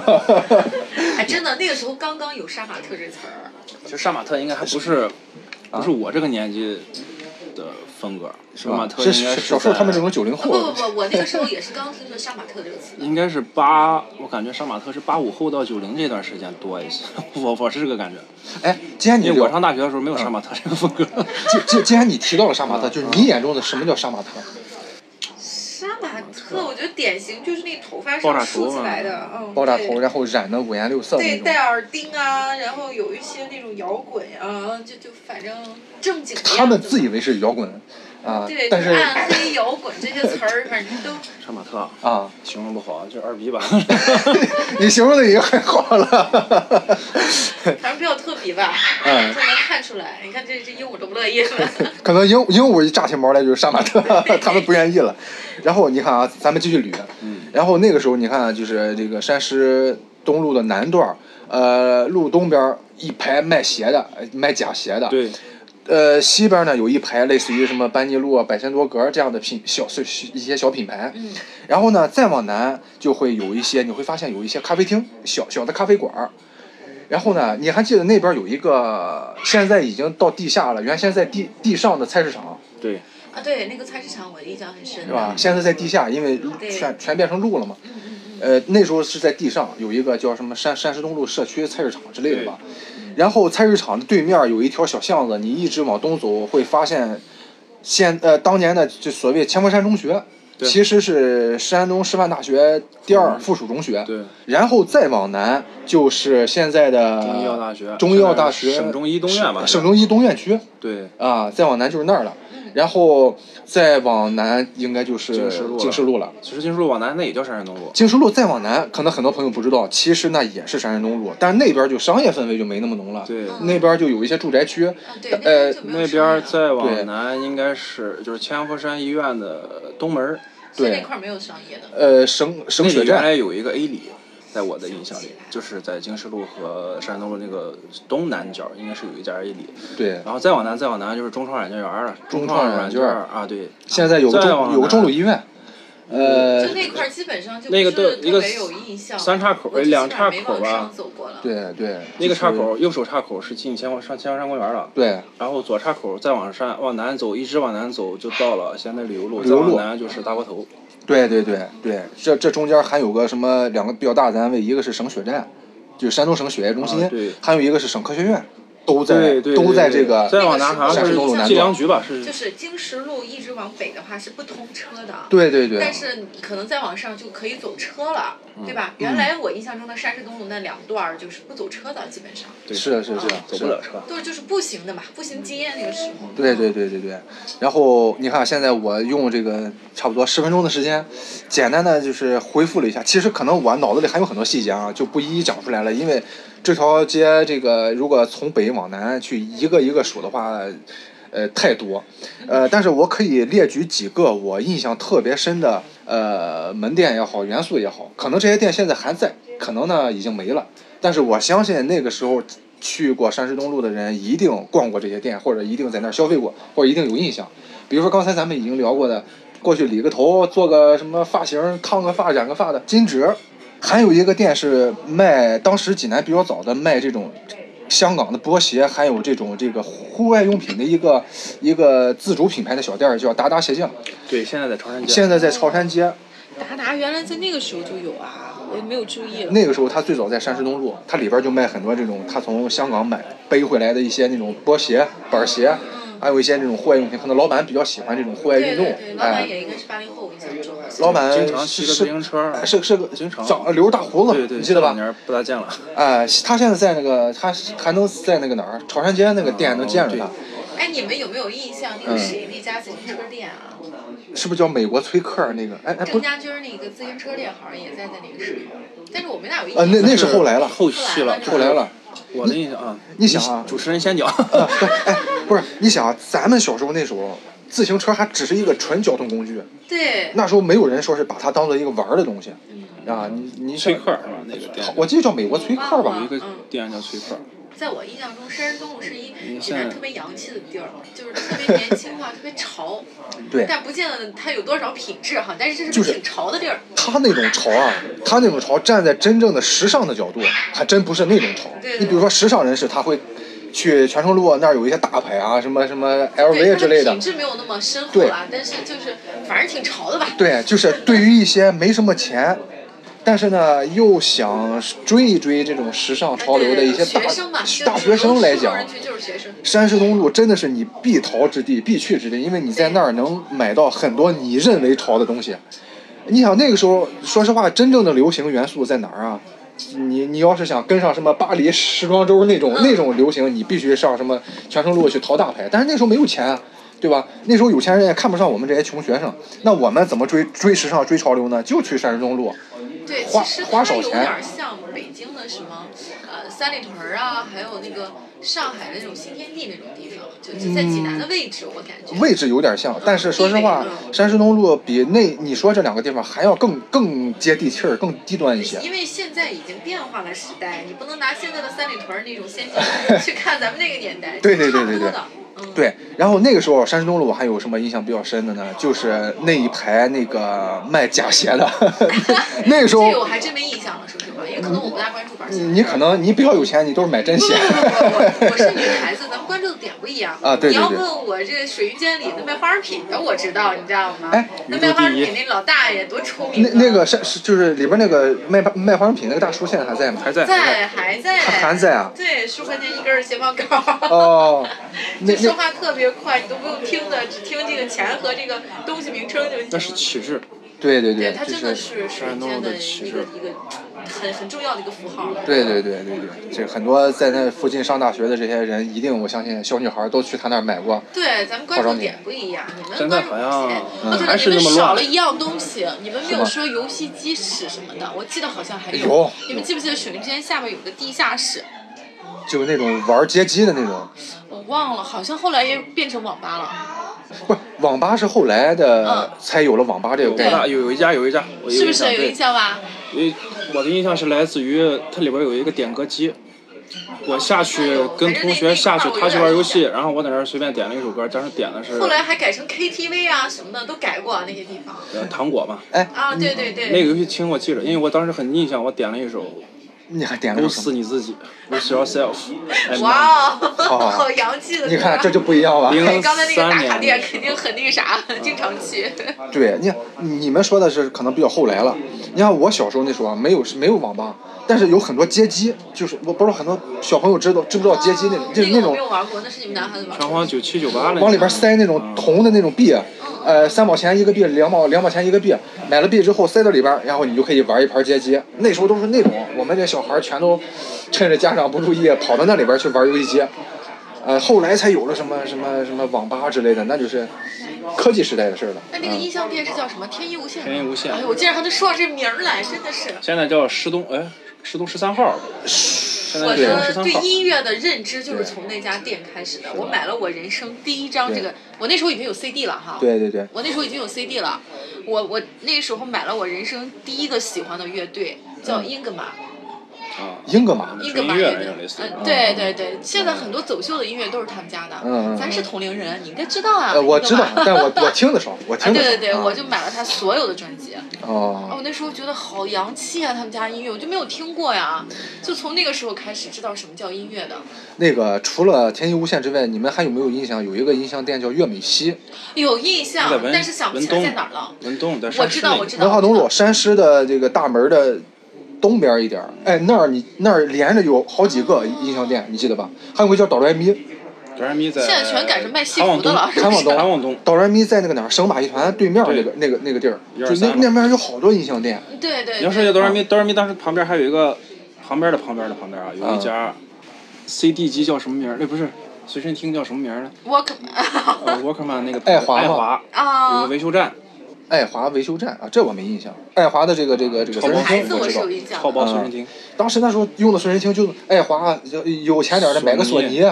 Speaker 5: 哎，真的那个时候刚刚有杀马特这词儿，
Speaker 4: 其实杀马特应该还不是，不是我这个年纪的风格。杀马特
Speaker 2: 啊是
Speaker 4: 应该
Speaker 2: 是
Speaker 4: 是
Speaker 2: 少数他们这
Speaker 4: 在哦
Speaker 2: 种九零
Speaker 5: 不不
Speaker 2: 后。
Speaker 5: 不，我那个时候也是刚听说杀马特这个词。
Speaker 4: 应该是八，我感觉杀马特是八五后到九零这段时间多一些，我我是这个感觉。
Speaker 2: 哎，既然你
Speaker 4: 因为我
Speaker 2: 聊
Speaker 4: 上大学的时候没有杀马特这个风格。
Speaker 2: 既既既然你提到了杀马特，就是你眼中的什么叫杀马特？
Speaker 5: 杀马特，我觉得典型就是那头发
Speaker 4: 爆炸
Speaker 5: 上
Speaker 4: 头
Speaker 5: 竖起
Speaker 4: 嘛
Speaker 5: 来的，嗯，
Speaker 2: 爆炸
Speaker 5: 对
Speaker 2: 头，然后染的五颜六色的那
Speaker 5: 对，戴
Speaker 2: 种。
Speaker 5: 耳钉啊，然后有一些那种摇滚啊，就就反正正经的样子嘛。
Speaker 2: 他们自以为是摇滚，啊
Speaker 5: 对，，
Speaker 2: 但是
Speaker 5: 暗黑摇滚这些词儿，反正都
Speaker 4: 杀马特
Speaker 2: 啊，
Speaker 4: 形容不好，就是二逼吧。
Speaker 2: 你形容的已经很好了。
Speaker 5: 反正比较特别吧，
Speaker 2: 嗯
Speaker 5: 就能看出来。你看这这鹦鹉都不乐意 了。
Speaker 2: 可能鹦鹦鹉一炸起毛来就是杀马特， 他们不愿意了。然后你看啊，咱们继续捋。
Speaker 4: 嗯
Speaker 2: 然后那个时候你看、啊，就是这个山师东路的南段儿，呃，路东边儿一排卖鞋的，呃卖假鞋的。。
Speaker 4: 对，
Speaker 2: 呃，西边呢有一排类似于什么班尼路啊、百仙多格这样的品小小一些小品牌，
Speaker 5: 嗯，
Speaker 2: 然后呢再往南就会有一些，你会发现有一些咖啡厅，小小的咖啡馆儿。然后呢，你还记得那边有一个现在已经到地下了，原先在地地上的菜市场
Speaker 4: 对，
Speaker 5: 啊，对，那个菜市场我印象很深。
Speaker 2: 是吧？现在在地下，因为路
Speaker 5: 嗯对
Speaker 2: 全全变成路了嘛。
Speaker 5: 嗯嗯
Speaker 2: 呃，那时候是在地上有一个叫什么山山石东路社区菜市场之类的吧，然后菜市场的对面有一条小巷子，你一直往东走会发现现呃当年的就所谓前佛山中学，
Speaker 4: 对嗯
Speaker 2: 其实是山东师范大学第二附属中学，
Speaker 4: 对，
Speaker 2: 然后再往南就是现在的
Speaker 4: 中医药大学
Speaker 2: 中医药大学
Speaker 4: 省中医东院吧
Speaker 2: 省中医东院区
Speaker 4: 对，
Speaker 2: 啊，再往南就是那儿了，
Speaker 5: 嗯
Speaker 2: 然后再往南应该就是
Speaker 4: 经世路了
Speaker 2: 经世路了。
Speaker 4: 其实金属往南那也叫山山东路。
Speaker 2: 经石路再往南，可能很多朋友不知道，其实那也是山山东路，但是那边就商业氛围就没那么浓了。
Speaker 4: 对，
Speaker 5: 嗯
Speaker 2: 那边就有一些住宅区，
Speaker 5: 嗯，啊对，
Speaker 2: 呃
Speaker 5: 那边就没有商业了
Speaker 4: 那边再
Speaker 2: 对
Speaker 4: 往南应该是就是千佛山医院的东门儿，
Speaker 5: 所以
Speaker 2: 对
Speaker 5: 那块儿没有商业的。
Speaker 2: 呃，省省
Speaker 4: 那
Speaker 2: 水
Speaker 4: 里原
Speaker 2: 站，
Speaker 4: 来有一个 A 里，在我的印象里，就是在京石路和山山东路那个东南角，应该是有一家 A 里。
Speaker 2: 对，
Speaker 4: 然后再往南，再往南就是中创软件园了。
Speaker 2: 中创
Speaker 4: 创
Speaker 2: 软件
Speaker 4: 件
Speaker 2: 园
Speaker 4: 啊，对，
Speaker 2: 现在有个
Speaker 4: 再
Speaker 2: 中
Speaker 4: 往
Speaker 2: 有个
Speaker 4: 南
Speaker 2: 中鲁医院，呃
Speaker 5: 就，那块儿基本上就
Speaker 4: 那个
Speaker 5: 不是
Speaker 4: 都一个
Speaker 5: 特别有印象，
Speaker 4: 三岔口
Speaker 5: 我就
Speaker 4: 哎两
Speaker 5: 基本上
Speaker 4: 岔
Speaker 5: 没
Speaker 4: 口
Speaker 5: 往
Speaker 4: 吧
Speaker 5: 上走过了。
Speaker 2: 对对，
Speaker 4: 那个
Speaker 2: 就是
Speaker 4: 岔，口右手岔口是进千佛上千佛山公园了。
Speaker 2: 对，
Speaker 4: 然后左岔口再往山往南走，一直往南走就到了现在旅游路，
Speaker 2: 旅游路
Speaker 4: 再往南就是大窝头。
Speaker 2: 对对对对，这这中间还有个什么两个比较大的单位，一个是省血站，就是山东省血液中心，
Speaker 4: 啊对
Speaker 2: 还有一个是省科学院，都在
Speaker 4: 对对，
Speaker 2: 都在
Speaker 4: 对
Speaker 2: 这个
Speaker 4: 再往南好像
Speaker 2: 山
Speaker 4: 是
Speaker 2: 东路南
Speaker 4: 计
Speaker 2: 段
Speaker 4: 量局吧，是
Speaker 5: 就是经石路一直往北的话是不通车的，啊
Speaker 2: 对对对，嗯
Speaker 5: 但是你可能再往上就可以走车了，对吧？原来我印象中的山市东路那两段儿就是不走车的，基本上
Speaker 4: 对
Speaker 2: 是啊是是
Speaker 4: 走
Speaker 2: 是啊
Speaker 4: 不了车。
Speaker 5: 都是就是步行的嘛，步行经验那个时候。
Speaker 2: 对对对对对，然后你看，现在我用这个差不多十分钟的时间，简单的就是回复了一下。其实可能我脑子里还有很多细节啊，就不一一讲出来了。因为这条街，这个如果从北往南去一个一个数的话，呃，太多。呃，但是我可以列举几个我印象特别深的，呃，门店也好，元素也好，可能这些店现在还在，可能呢已经没了。但是我相信那个时候去过山石东路的人一定逛过这些店，或者一定在那儿消费过，或者一定有印象。比如说刚才咱们已经聊过的，过去理个头、做个什么发型、烫个发、染个发的金植，还有一个店是卖当时济南比较早的卖这种。香港的波鞋，还有这种这个户外用品的一个一个自主品牌的小店儿叫达达鞋匠，
Speaker 4: 对，现在在长山街。
Speaker 2: 现在在潮山街。
Speaker 5: 达达原来在那个时候就有啊，我也没有注意了。
Speaker 2: 那个时候他最早在山石东路，它里边就卖很多这种他从香港买背回来的一些那种波鞋、板鞋，啊、还有一些这种户外用品，可能老板比较喜欢这种户外运
Speaker 5: 嗯对
Speaker 2: 动
Speaker 5: 对对，，老板
Speaker 2: 哎，
Speaker 5: 也应该是八零后，我印象中好像。
Speaker 2: 老板
Speaker 4: 经常骑
Speaker 2: 是
Speaker 4: 个自行
Speaker 2: 是
Speaker 4: 车儿，
Speaker 2: 是是个
Speaker 4: 经常
Speaker 2: 长留着大胡子，
Speaker 4: 对对，
Speaker 2: 你记得吧
Speaker 4: 这？两年不大见了。
Speaker 2: 哎，他现在在那个，他还能在那个哪儿，潮汕街那个
Speaker 4: 啊
Speaker 2: 店能见着他，
Speaker 5: 哎，你们有没有印象
Speaker 2: 嗯
Speaker 5: 那个谁那家自行车店啊？
Speaker 2: 是不是叫美国崔克儿那个？哎哎不
Speaker 5: 郑，家军儿那个自行车店好像也在在那个市里，但是我们俩有印
Speaker 2: 呃，
Speaker 5: 象。
Speaker 2: 那那是后来了，
Speaker 4: 后续了，
Speaker 2: 后来了。
Speaker 5: 嗯
Speaker 4: 我的印象啊，
Speaker 2: 你想 啊
Speaker 4: 主持 人先讲，
Speaker 2: 啊对，哎，不是，你想啊，咱们小时候那时候，自行车还只是一个纯交通工具，
Speaker 5: 对，
Speaker 2: 那时候没有人说是把它当做一个玩儿的东西，啊，你你
Speaker 4: 嗯崔克是吧？那个店，
Speaker 2: 我记得叫美国崔克儿吧
Speaker 4: 有一，个
Speaker 5: 嗯
Speaker 4: 店叫崔克，
Speaker 5: 在我印象中，山山东路是一
Speaker 4: 你
Speaker 5: 济
Speaker 4: 现在
Speaker 5: 南特别洋气的地儿，就是特别年轻化，特别潮，
Speaker 2: 对，
Speaker 5: 但不见得它有多少品质哈，但是这是
Speaker 2: 就是
Speaker 5: 个挺潮的地儿。
Speaker 2: 他那种潮啊，他那种潮站在真正的时尚的角度，还真不是那种潮
Speaker 5: 对。
Speaker 2: 你比如说时尚人士，他会去泉城路那儿有一些大牌啊，什么什么
Speaker 5: 对，
Speaker 2: LV
Speaker 5: 它
Speaker 2: 啊之
Speaker 5: 的
Speaker 2: 类的
Speaker 5: 品。质没有那么深厚
Speaker 2: 对
Speaker 5: 啦，但是就是反正挺潮的吧。
Speaker 2: 对，就是对于一些没什么钱，但是呢又想追一追这种时尚潮流的一些
Speaker 5: 学生嘛
Speaker 2: 大，
Speaker 5: 就
Speaker 2: 大学生来
Speaker 5: 受众
Speaker 2: 讲
Speaker 5: 人，群就是学生。
Speaker 2: 山市东路真的是你必逃之地、必去之地，因为你在那儿能买到很多你认为潮的东西。你想那个时候，说实话，真正的流行元素在哪儿啊？你你要是想跟上什么巴黎时装周那种那种流行，你必须上什么泉城路去淘大牌。但是那时候没有钱啊，对吧？那时候有钱人也看不上我们这些穷学生，那我们怎么追追时尚、追潮流呢？就去山市东路。
Speaker 5: 对，
Speaker 2: 花
Speaker 5: 其实
Speaker 2: 花
Speaker 5: 它
Speaker 2: 少
Speaker 5: 有
Speaker 2: 钱
Speaker 5: 点儿像北京的什么，呃，三里屯儿啊，还有那个上海的那种新天地那种地方，就是在济南的位置，我感觉。
Speaker 2: 嗯位置有点像，但是说实话
Speaker 5: 嗯，
Speaker 2: 山市东路比那你说这两个地方还要更更接地气儿、更低端一些。
Speaker 5: 因为现在已经变化了时代，你不能拿现在的三里屯儿那种先 进去看咱们那个年代，
Speaker 2: 对对对
Speaker 5: 差不
Speaker 2: 对
Speaker 5: 多
Speaker 2: 对
Speaker 5: 的。嗯，
Speaker 2: 对，然后那个时候山市东路我还有什么印象比较深的呢？就是那一排那个卖假鞋 的，那个时
Speaker 5: 这
Speaker 2: 候嗯
Speaker 5: 个我还真没印象了，说实话，也可能我不大关注板儿鞋。
Speaker 2: 你可能你比较有钱，你都是买真
Speaker 5: 不不
Speaker 2: 鞋。
Speaker 5: 不不不，我是女孩子，咱们关注的点不一样
Speaker 2: 啊对对对
Speaker 5: 你要问我这水云间里那卖化妆品的，我知道，你知道吗？
Speaker 2: 哎
Speaker 5: 那卖化妆品那老大爷多出名
Speaker 2: 那
Speaker 5: 啊！
Speaker 2: 那个山是就是里边那个卖卖化妆品那个大叔现在还在吗？
Speaker 4: 还在
Speaker 5: 在还在，
Speaker 2: 还在啊
Speaker 5: 对，舒克那一根儿睫毛膏。
Speaker 2: 哦那
Speaker 5: 就说话特别快，你都不用听的，只听这个钱和这个东西名称就行了。
Speaker 4: 那是旗帜，
Speaker 2: 对对
Speaker 5: 对，
Speaker 2: 对，
Speaker 5: 它
Speaker 2: 就
Speaker 5: 真的
Speaker 2: 是。
Speaker 5: 是水云间的
Speaker 4: 山东的旗
Speaker 5: 一个
Speaker 4: 帜
Speaker 5: 一个很很重要的一个符号。
Speaker 2: 对对对对对，这很多在那附近上大学的这些人，一定我相信小女孩都去他那儿买过。
Speaker 5: 对，咱们关注点不一样，你们
Speaker 4: 现在
Speaker 5: 关注
Speaker 4: 好
Speaker 5: 点，
Speaker 4: 像
Speaker 5: 我觉
Speaker 4: 还
Speaker 5: 得
Speaker 4: 是
Speaker 5: 你
Speaker 4: 那
Speaker 5: 们
Speaker 4: 么
Speaker 5: 少了
Speaker 4: 乱。
Speaker 5: 一样东西，你们没有
Speaker 2: 是
Speaker 5: 说游戏机室什么的，我记得好像还
Speaker 2: 有
Speaker 5: 你们记不记得水云间下边有个地下室？
Speaker 2: 就那种玩街机的那种，
Speaker 5: 我忘了，好像后来也变成网吧了，
Speaker 2: 不是网吧是后来的
Speaker 5: 嗯
Speaker 2: 才有了网吧这个
Speaker 4: 有
Speaker 2: 概念
Speaker 4: 大。有有一家有一家，我有
Speaker 5: 是不
Speaker 4: 印象
Speaker 5: 是有印？象吧？
Speaker 4: 对因为我的印象是来自于它里边有一个点歌机，我下去跟同学下去，他去玩游戏，然后我在那儿随便点了一首歌，当时点的是
Speaker 5: 后来还改成 KTV 啊什么的都改过啊那些地方。
Speaker 4: 呃糖果嘛，
Speaker 2: 哎，
Speaker 5: 啊，对对对。
Speaker 4: 那个游戏厅我记着，因为我当时很印象，我点了一首
Speaker 2: 你还点
Speaker 4: 《
Speaker 2: 了
Speaker 4: Go
Speaker 2: 个什么
Speaker 4: 死？你自己》，Lose Yourself，哎
Speaker 5: 哇哦，
Speaker 2: 好
Speaker 5: 好洋气的 歌！啊
Speaker 2: 你看这就不一样吧？
Speaker 4: 零
Speaker 5: 刚才那个打卡
Speaker 4: 03年
Speaker 5: 店肯定很那个啥，经常去。
Speaker 2: 对，你看你们说的是可能比较后来了。你看我小时候那时候啊，没有是没有网吧，但是有很多街机，就是我不知道很多小朋友知道知不知道街机那种，就是
Speaker 5: 哦那
Speaker 2: 那
Speaker 5: 个
Speaker 2: 种
Speaker 5: 我没有玩过，那是你们男孩子玩
Speaker 4: 拳
Speaker 5: 的。
Speaker 4: 皇九七九八了，
Speaker 2: 往里边塞那种铜的那种币，呃，三毛钱一个币，两毛两毛钱一个币，买了币之后塞到里边，然后你就可以玩一盘街机。那时候都是那种，我们这小孩全都趁着家长不注意，跑到那里边去玩游戏机。呃，后来才有了什么什么什么网吧之类的，那就是科技时代的事儿了。
Speaker 5: 那那个音像店是叫什么？天衣无限。
Speaker 4: 天衣无限
Speaker 5: 哎呦，我竟然还能说到这名儿来，真的是。
Speaker 4: 现在叫十东哎十东十三号，
Speaker 5: 我的
Speaker 4: 现在是十三
Speaker 5: 对
Speaker 4: 号。
Speaker 5: 音乐的认知就是从那家店开始的。我买了我人生第一张这个，我那时候已经有 CD 了哈。。
Speaker 2: 对对对，
Speaker 5: 我那时候已经有 CD 了，我我那时候买了我人生第一个喜欢的乐队，叫英格玛。
Speaker 4: 啊，
Speaker 2: 英格玛，
Speaker 5: 一
Speaker 4: 纯
Speaker 5: 个
Speaker 4: 音
Speaker 5: 马
Speaker 4: 乐
Speaker 5: 乐
Speaker 4: 那
Speaker 5: 队
Speaker 4: 种类，似于
Speaker 5: 嗯，对对对，现在很多走秀的音乐都是他们家的，
Speaker 2: 嗯嗯嗯
Speaker 5: 咱是同龄人，你应该知道啊。
Speaker 2: 呃，我
Speaker 5: 你
Speaker 2: 知
Speaker 5: 干
Speaker 2: 道
Speaker 5: 嘛，
Speaker 2: 但我我听的少，我
Speaker 5: 啊，对
Speaker 2: 听的少。
Speaker 5: 对对，
Speaker 2: 啊
Speaker 5: 我就买了他所有的专辑。啊，
Speaker 2: 哦
Speaker 5: 我，那时候觉得好洋气啊，他们家音乐我就没有听过呀，就从那个时候开始知道什么叫音乐的。
Speaker 2: 那个除了天衣无限之外，你们还有没有印象？有一个音像店叫悦美西，
Speaker 5: 有印象
Speaker 4: 在，文
Speaker 5: 但是想不起来在哪儿了。
Speaker 4: 文东在
Speaker 5: 我
Speaker 4: 山
Speaker 5: 知
Speaker 4: 市
Speaker 5: 道，
Speaker 4: 那
Speaker 5: 我
Speaker 4: 个
Speaker 5: 知道。
Speaker 2: 文化东
Speaker 5: 我
Speaker 2: 路
Speaker 5: 知
Speaker 2: 山师的这个大门的东边一点
Speaker 5: 哦
Speaker 2: 儿，哎，那儿你那儿连着有好几个音像店，你记得吧？还有个叫哆来咪，
Speaker 4: 哆来咪在
Speaker 5: 现在全改成卖西服的了，是
Speaker 2: 韩
Speaker 5: 不
Speaker 2: 往
Speaker 5: 是？
Speaker 2: 东，
Speaker 4: 韩往东，
Speaker 2: 哆来咪在那个哪儿，省马戏团对面那个那个那个地儿，
Speaker 4: 123
Speaker 2: 就那那边有好多音像店，
Speaker 5: 对对
Speaker 4: 你要说
Speaker 5: 对，
Speaker 4: 起哆来咪，哆来咪当时旁边还有一个旁边的旁边的旁边啊，有一家
Speaker 2: 嗯
Speaker 4: CD 机叫什么名儿？那哎不是随身听叫什么 名儿呢？
Speaker 5: 我可
Speaker 4: 呃，Walkman 那个
Speaker 2: 爱华吗
Speaker 4: 爱
Speaker 2: 嗯
Speaker 4: 华有
Speaker 5: 啊
Speaker 4: 个，维修站，
Speaker 2: 爱华维修站啊，这我没印象。爱华的这个这个这个
Speaker 4: 超
Speaker 2: 随身
Speaker 4: 薄
Speaker 5: 牌子
Speaker 2: 听
Speaker 5: 我
Speaker 2: 知
Speaker 5: 是
Speaker 2: 道
Speaker 5: 有，印象
Speaker 4: 套
Speaker 5: 的，
Speaker 4: 包
Speaker 2: 嗯
Speaker 4: 随身听，
Speaker 2: 当时那时候用的随身听就是爱华，有有钱点儿的买个索尼，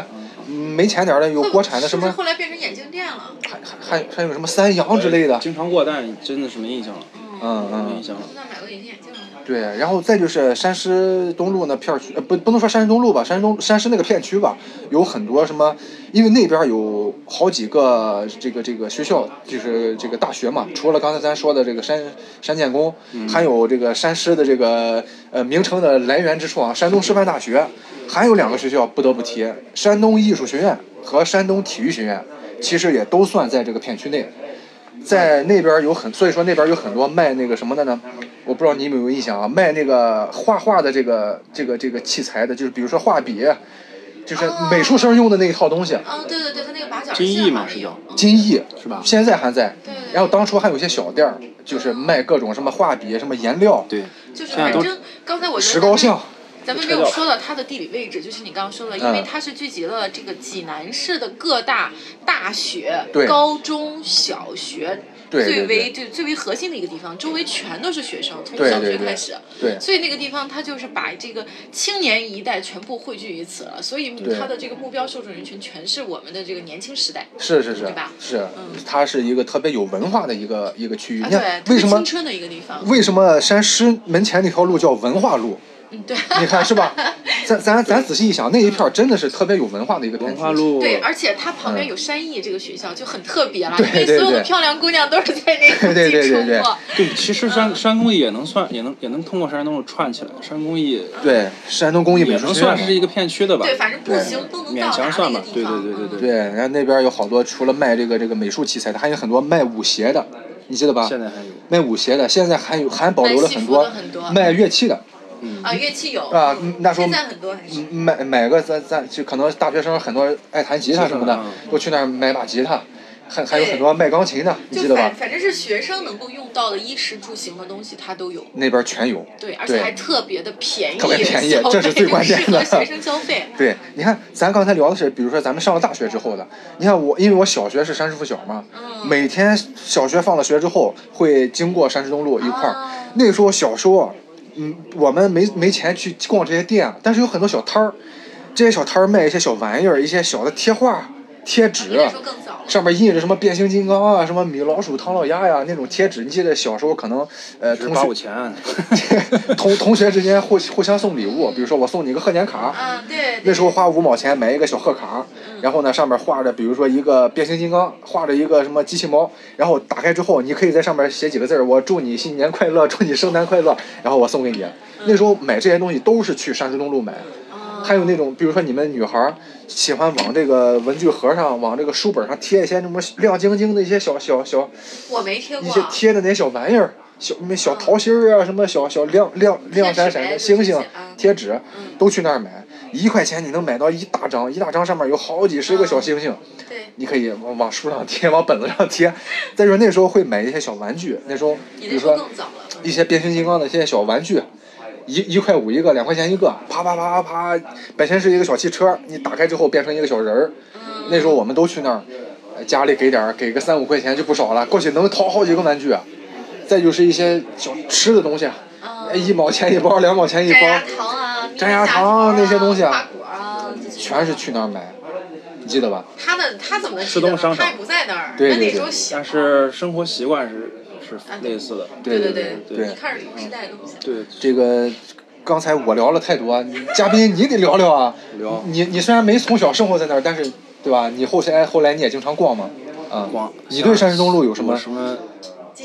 Speaker 2: 嗯没钱点儿的有国产的什
Speaker 5: 是不是
Speaker 2: 么，
Speaker 5: 后来变成眼镜店了？
Speaker 2: 还还还有什么三洋之类的，
Speaker 4: 经常过，但真的是没印象了，
Speaker 2: 嗯嗯
Speaker 4: 没印。象了
Speaker 5: 我。那买过隐形眼镜了。
Speaker 2: 对，然后再就是山师东路那片儿区，呃，不不能说山师东路吧，山师东山师那个片区吧，有很多什么，因为那边儿有好几个这个这个学校，就是这个大学嘛，除了刚才咱说的这个山山建工，还有这个山师的这个呃名称的来源之处啊，山东师范大学，还有两个学校不得不提，山东艺术学院和山东体育学院，其实也都算在这个片区内。在那边有很，所以说那边有很多卖那个什么的呢？我不知道你有没有印象啊，卖那个画画的这个这个这个器材的，就是比如说画笔，就是
Speaker 5: 哦
Speaker 2: 美术生用的那一套东西，
Speaker 5: 嗯，对对对，他那个把角儿
Speaker 4: 金
Speaker 5: 线
Speaker 4: 翼嘛
Speaker 5: 好像
Speaker 4: 是
Speaker 5: 有
Speaker 4: 叫。
Speaker 5: 嗯
Speaker 2: 金艺
Speaker 4: 是吧
Speaker 2: 现在还在。
Speaker 5: 对对
Speaker 2: 然后当初还有一些小店儿，就是卖各种什么画笔、什么颜料、
Speaker 4: 对，
Speaker 5: 就是
Speaker 4: 现在
Speaker 5: 反
Speaker 4: 都
Speaker 5: 正刚才我觉得
Speaker 2: 石膏像，
Speaker 5: 咱们没有说到它的地理位置，就是你刚刚说的，因
Speaker 2: 嗯
Speaker 5: 为它是聚集了这个济南市的各大大学、
Speaker 2: 对
Speaker 5: 高中小学。
Speaker 2: 对对
Speaker 5: 最为就最为核心的一个地方，周围全都是学生，从
Speaker 2: 对
Speaker 5: 小
Speaker 2: 对
Speaker 5: 学
Speaker 2: 对
Speaker 5: 开始，
Speaker 2: 对
Speaker 5: 所以那个地方它就是把这个青年一代全部汇聚于此了，所以
Speaker 2: 对
Speaker 5: 它的这个目标受众人群全是我们的这个年轻时代，
Speaker 2: 是是是
Speaker 5: 对吧
Speaker 2: 是
Speaker 5: 嗯，
Speaker 2: 它是一个特别有文化的一个一个区域。
Speaker 5: 啊
Speaker 2: 你
Speaker 5: 对
Speaker 2: 看，
Speaker 5: 特
Speaker 2: 为
Speaker 5: 别
Speaker 2: 什么
Speaker 5: 青春的一个地方，
Speaker 2: 为什么山师门前那条路叫文化路？
Speaker 5: 嗯对，
Speaker 2: 你看是吧？咱咱咱仔细一想，那一片儿真的是特别有文化的一个片
Speaker 4: 文
Speaker 2: 区
Speaker 4: 化路
Speaker 5: 对，而且它旁边有山艺这个学校就很特别了，
Speaker 2: 嗯对
Speaker 5: 因为
Speaker 2: 对
Speaker 5: 所有的
Speaker 2: 对
Speaker 5: 漂亮姑娘都是在那附
Speaker 2: 对对对
Speaker 5: 近
Speaker 2: 对
Speaker 5: 出
Speaker 2: 对
Speaker 5: 没。
Speaker 4: 对，其实山山工艺也能算，也能也能通过山东路串起来，山工艺
Speaker 2: 对，山东工艺
Speaker 4: 也
Speaker 2: 美术
Speaker 4: 能
Speaker 2: 学院
Speaker 4: 算是
Speaker 2: 嘛。
Speaker 4: 一个片区的吧，
Speaker 5: 对，反正步行都能到
Speaker 4: 勉
Speaker 5: 达
Speaker 4: 强算
Speaker 5: 那
Speaker 4: 吧
Speaker 5: 个。地
Speaker 4: 对
Speaker 5: 方。
Speaker 4: 对对对
Speaker 5: 嗯
Speaker 4: 对。
Speaker 2: 对，然后那边有好多除了卖这个这个美术器材的，还有很多卖舞鞋的，你记得吧？
Speaker 4: 现在还有
Speaker 2: 卖舞鞋的，现在还有还保留了很多
Speaker 5: 卖西服的很多
Speaker 2: 卖乐器的，
Speaker 5: 啊，乐器有
Speaker 2: 啊
Speaker 5: 嗯
Speaker 2: 那时嗯候
Speaker 5: 现在很多还是。
Speaker 2: 买买个咱咱就可能大学生很多爱弹吉他什么的
Speaker 4: 吉他嗯，
Speaker 2: 都去那儿买把吉他，还还有
Speaker 5: 对
Speaker 2: 很多卖钢琴的，你记
Speaker 5: 就
Speaker 2: 得吧
Speaker 5: 反？反正是学生能够用到的衣食住行的东西，它都有。
Speaker 2: 那边全有。
Speaker 5: 对，而且还特别的便宜，
Speaker 2: 特别便宜
Speaker 5: 消费
Speaker 2: 这是最关键的
Speaker 5: 适合学生消费。
Speaker 2: 对，你看，咱刚才聊的是，比如说咱们上了大学之后的。你看我，因为我小学是山师附小嘛，
Speaker 5: 嗯
Speaker 2: 每天小学放了学之后会经过山师东路一块儿。
Speaker 5: 啊
Speaker 2: 那个时候小时候啊，嗯，我们没没钱去逛这些店，但是有很多小摊儿，这些小摊儿卖一些小玩意儿，一些小的贴画、贴纸。
Speaker 5: 那时候更早了。
Speaker 2: 上面印着什么变形金刚啊，什么米老鼠、唐老鸭呀、那种贴纸。你记得小时候可能，呃，
Speaker 4: 只是
Speaker 2: 同
Speaker 4: 八五
Speaker 2: 学
Speaker 4: 前，
Speaker 2: 同同学之间互互相送礼物，比如说我送你一个贺年卡，
Speaker 5: 嗯，对。
Speaker 2: 那时候花五毛钱买一个小贺卡，然后呢上面画着，比如说一个变形金刚，画着一个什么机器猫，然后打开之后，你可以在上面写几个字儿，我祝你新年快乐，祝你圣诞快乐，然后我送给你。那时候买这些东西都是去山师东路买，
Speaker 5: 嗯
Speaker 2: 还有那种比如说你们女孩儿喜欢往这个文具盒上、往这个书本上贴一些什么亮晶晶的一些小小小
Speaker 5: 我没贴
Speaker 2: 一
Speaker 5: 过
Speaker 2: 些。贴的那些小玩意儿，小那小桃心儿
Speaker 5: 嗯
Speaker 2: 啊，什么小小亮亮亮闪闪的星星贴纸，
Speaker 5: 嗯
Speaker 2: 都去那儿买，一块钱你能买到一大张，一大张上面有好几十个
Speaker 5: 嗯
Speaker 2: 小星星，
Speaker 5: 对，
Speaker 2: 你可以往往书上贴，往本子上贴。再说那时候会买一些小玩具，那时候比
Speaker 5: 你那
Speaker 2: 如
Speaker 5: 时候
Speaker 2: 说
Speaker 5: 更早了。
Speaker 2: 一些变形金刚的一些小玩具。一一块五一个，两块钱一个，啪啪啪啪啪，本身是一个小汽车，你打开之后变成一个小人儿。那时候我们都去那儿，呃家里给点儿，给个三五块钱就不少了，过去能淘好几个玩具。啊再就是一些小吃的东西，啊
Speaker 5: 嗯
Speaker 2: 哎一毛钱一包，两毛钱一
Speaker 5: 粘
Speaker 2: 包，
Speaker 5: 牙糖啊，
Speaker 2: 粘牙糖啊那些东西啊
Speaker 5: 瓜果啊，这些
Speaker 2: 全是去那儿买，你记得吧？
Speaker 5: 他的他怎么能记
Speaker 4: 市
Speaker 5: 得
Speaker 4: 东
Speaker 5: 呢？
Speaker 4: 商场
Speaker 5: 他也不在那儿，
Speaker 2: 对对
Speaker 5: 那那时候
Speaker 2: 对
Speaker 5: 小啊
Speaker 4: 但是生活习惯是是类似的。
Speaker 5: 对
Speaker 2: 对
Speaker 5: 对嗯
Speaker 4: 对
Speaker 5: 你看着同时代的东西。
Speaker 4: 对，
Speaker 2: 这个刚才我聊了太多，啊你嘉宾你得聊聊啊。
Speaker 4: 聊
Speaker 2: 你你虽然没从小生活在那儿，但是对吧？你后来后来你也经常逛嘛，啊、
Speaker 4: 光
Speaker 2: 你对山师东路有什么
Speaker 4: 我？什么？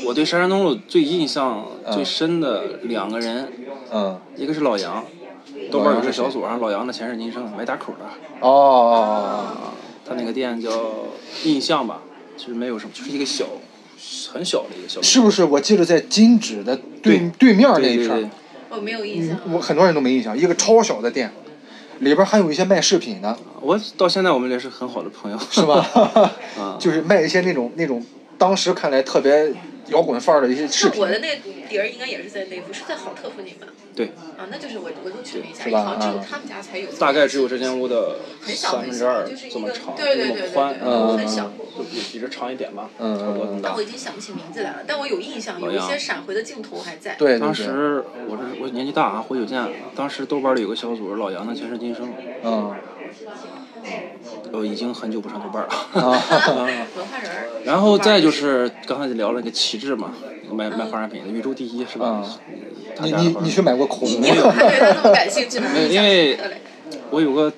Speaker 4: 我对山山东路最印象
Speaker 2: 嗯
Speaker 4: 最深的两个人，
Speaker 2: 嗯，
Speaker 4: 一个是老杨，豆瓣有个小组，然后老杨的前世今生，买打口的，
Speaker 2: 哦哦
Speaker 4: 他那个店叫印象吧，就是没有什么，就是一个小很小的一个小
Speaker 2: 哦，。是不是？我记得在金纸的对
Speaker 4: 对
Speaker 2: 对面那
Speaker 4: 对
Speaker 2: 一
Speaker 4: 对
Speaker 2: 片儿
Speaker 4: 对，
Speaker 5: 哦
Speaker 4: 嗯
Speaker 5: 我没有印象。啊
Speaker 2: 我很多人都没印象，一个超小的店，里边还有一些卖饰品的，
Speaker 4: 我到现在我们也是很好的朋友，
Speaker 2: 是吧？
Speaker 4: 啊，
Speaker 2: 就是卖一些那种那种当时看来特别摇滚范儿的一些饰
Speaker 5: 那
Speaker 2: 品
Speaker 5: 我，的那碟儿应该也是在内部，是在好特附近吧？
Speaker 4: 对，
Speaker 5: 啊，那就是我我又去了一下，
Speaker 2: 是吧
Speaker 5: 好像只有
Speaker 2: 啊
Speaker 5: 他们家才有。
Speaker 4: 大概只有这间屋的
Speaker 5: 很小
Speaker 4: 三
Speaker 5: 很
Speaker 4: 分之
Speaker 5: 小，
Speaker 4: 二
Speaker 5: 就是一
Speaker 4: 这
Speaker 5: 个
Speaker 4: 么长，
Speaker 5: 对
Speaker 4: 这
Speaker 5: 对
Speaker 4: 么
Speaker 5: 对对
Speaker 4: 宽，
Speaker 5: 对，
Speaker 2: 嗯
Speaker 5: 很小。
Speaker 4: 就比比这长一点吧，
Speaker 2: 嗯
Speaker 4: 差不多这么
Speaker 5: 但
Speaker 4: 大
Speaker 5: 我。已经想不起名字来了，但我有印象，有
Speaker 4: 老
Speaker 5: 一
Speaker 4: 杨
Speaker 5: 些闪回的镜头还 在。
Speaker 2: 对，对
Speaker 4: 当
Speaker 2: 对
Speaker 4: 时我这我年纪大啊，回酒店，当时豆瓣里有个小组是老杨的前世今生，
Speaker 2: 嗯
Speaker 4: 我已经很久不上豆瓣了。
Speaker 2: 啊
Speaker 5: 文化人儿。
Speaker 4: 然后再就是刚才你聊了那个旗帜嘛，卖
Speaker 5: 嗯
Speaker 4: 卖化妆品的宇宙第一是吧？
Speaker 2: 嗯
Speaker 4: 他
Speaker 2: 你
Speaker 4: 家的
Speaker 2: 你
Speaker 4: 化妆
Speaker 2: 你
Speaker 4: 品
Speaker 2: 去买过口红
Speaker 5: 你怎么还对他这 么感兴趣呢？
Speaker 4: 没 有因为我有个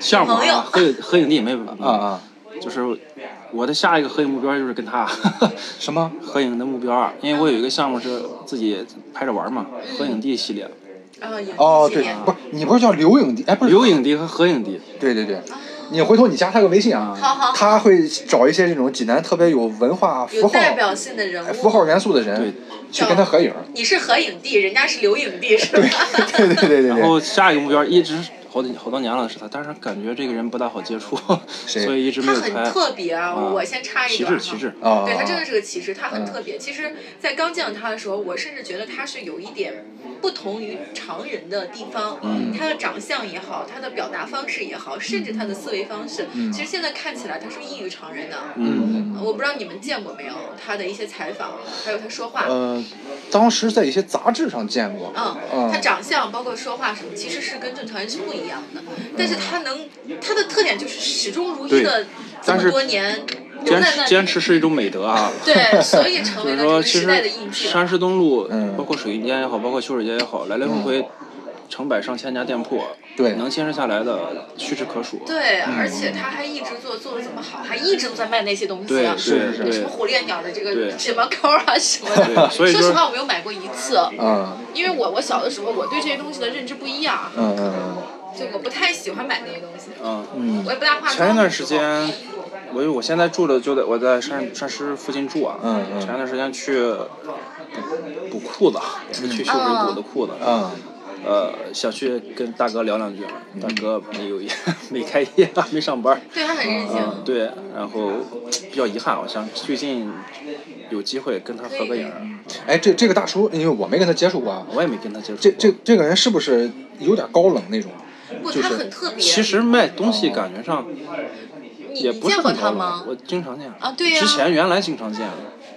Speaker 4: 项目
Speaker 5: 朋友
Speaker 4: 啊，合影合影地没啊
Speaker 2: 啊啊？
Speaker 4: 就是我的下一个合影目标就是跟他
Speaker 2: 什么？
Speaker 4: 合影的目标啊，因为我有一个项目是自己拍着玩嘛，
Speaker 5: 嗯
Speaker 4: 合影地系列，
Speaker 5: 啊，有
Speaker 2: 哦，
Speaker 5: 纪
Speaker 2: 对
Speaker 5: 念，
Speaker 2: 不是你不是叫刘影迪？哎，不是
Speaker 4: 有影地和合影地，
Speaker 2: 对对对，你回头你加他个微信啊，
Speaker 5: 好好好
Speaker 2: 他会找一些这种济南特别有文化符
Speaker 5: 有
Speaker 2: 号、
Speaker 5: 代表性的人
Speaker 2: 哎
Speaker 5: 物。
Speaker 2: 符号元素的人
Speaker 4: 对，
Speaker 2: 去跟他合影。
Speaker 5: 你是合影帝，人家是留影帝，是吧？
Speaker 2: 对对对对对
Speaker 4: 然后
Speaker 2: 对，
Speaker 4: 下一个目标一直好多好多年了是他，但是感觉这个人不大好接 触，
Speaker 2: 谁
Speaker 4: 所以一直没
Speaker 5: 他
Speaker 4: 有
Speaker 5: 很
Speaker 4: 拍。
Speaker 5: 特别啊！
Speaker 4: 啊
Speaker 5: 我先插一
Speaker 4: 旗
Speaker 5: 段
Speaker 4: 帜
Speaker 5: 哈，
Speaker 4: 旗帜，
Speaker 2: 啊，
Speaker 5: 对他真的是个骑士，他很
Speaker 2: 嗯
Speaker 5: 特别。其实，在刚见到他的时候，我甚至觉得他是有一点不同于常人的地方。
Speaker 4: 嗯
Speaker 5: 他的长相也好，他的表达方式也好，甚至他的思维方式，其实现在看起来他是异于常人的。
Speaker 4: 嗯，
Speaker 5: 我不知道你们见过没有他的一些采访，还有他说话。
Speaker 2: 呃，当时在一些杂志上见过，
Speaker 5: 嗯，他长相包括说话什么，其实是跟正常人是不一样的。
Speaker 4: 嗯
Speaker 5: 但是他能，他的特点就是始终如一的这
Speaker 4: 但
Speaker 5: 么
Speaker 4: 是
Speaker 5: 多年留在
Speaker 4: 坚
Speaker 5: 那
Speaker 4: 持
Speaker 5: 里
Speaker 4: 坚持是一种美德啊。
Speaker 5: 对，所以成
Speaker 4: 所
Speaker 5: 为
Speaker 4: 以
Speaker 5: 了这个
Speaker 4: 说，其
Speaker 5: 时
Speaker 4: 实
Speaker 5: 代的印记了。
Speaker 4: 山师东路
Speaker 2: 嗯，
Speaker 4: 包括水云间也好，包括秋水街也好，来来回回成百上千家店铺，
Speaker 2: 对
Speaker 4: 能坚持下来的屈指可数。
Speaker 5: 对，
Speaker 4: 嗯
Speaker 5: 而且他还一直做做的这么好，还一直都在卖那些东西。啊
Speaker 4: 对
Speaker 2: 是是
Speaker 5: 什么火烈鸟的这个
Speaker 4: 对
Speaker 5: 什么膏啊什么的。
Speaker 4: 对，所以
Speaker 5: 说实
Speaker 4: 说
Speaker 5: 话，我没有买过一次，
Speaker 2: 嗯
Speaker 5: 因为我我小的时候我对这些东西的认知不一样，
Speaker 2: 嗯嗯
Speaker 5: 就我不太喜欢买那些东西，
Speaker 4: 嗯，
Speaker 2: 嗯
Speaker 5: 我也不大化妆。
Speaker 4: 前一段时间，我因为我现在住的就在我在山山师附近住啊，
Speaker 2: 嗯嗯
Speaker 4: 前一段时间去补补裤子，
Speaker 5: 嗯
Speaker 4: 去修水补的裤子，
Speaker 2: 嗯，
Speaker 4: 呃，想去跟大哥聊两句，啊
Speaker 5: 嗯
Speaker 4: 大哥没有业， 没开业，没上班，
Speaker 5: 对他很任性，
Speaker 4: 嗯，对，然后比较遗憾，我想最近有机会跟他合个影儿，
Speaker 2: 哎，这这个大叔，因为我没跟他接触过，啊，
Speaker 4: 我也没跟他接触过。
Speaker 2: 这这这个人是不是有点高冷那种？
Speaker 5: 不，
Speaker 2: 就是
Speaker 5: 他很特别。
Speaker 4: 嗯其实卖东西感觉上
Speaker 5: 你
Speaker 4: 也
Speaker 5: 你
Speaker 4: 不是
Speaker 5: 见过
Speaker 4: 很
Speaker 5: 他
Speaker 4: 高
Speaker 5: 吗
Speaker 4: 冷，？我经常见
Speaker 5: 啊对呀
Speaker 4: 之前原来经常见，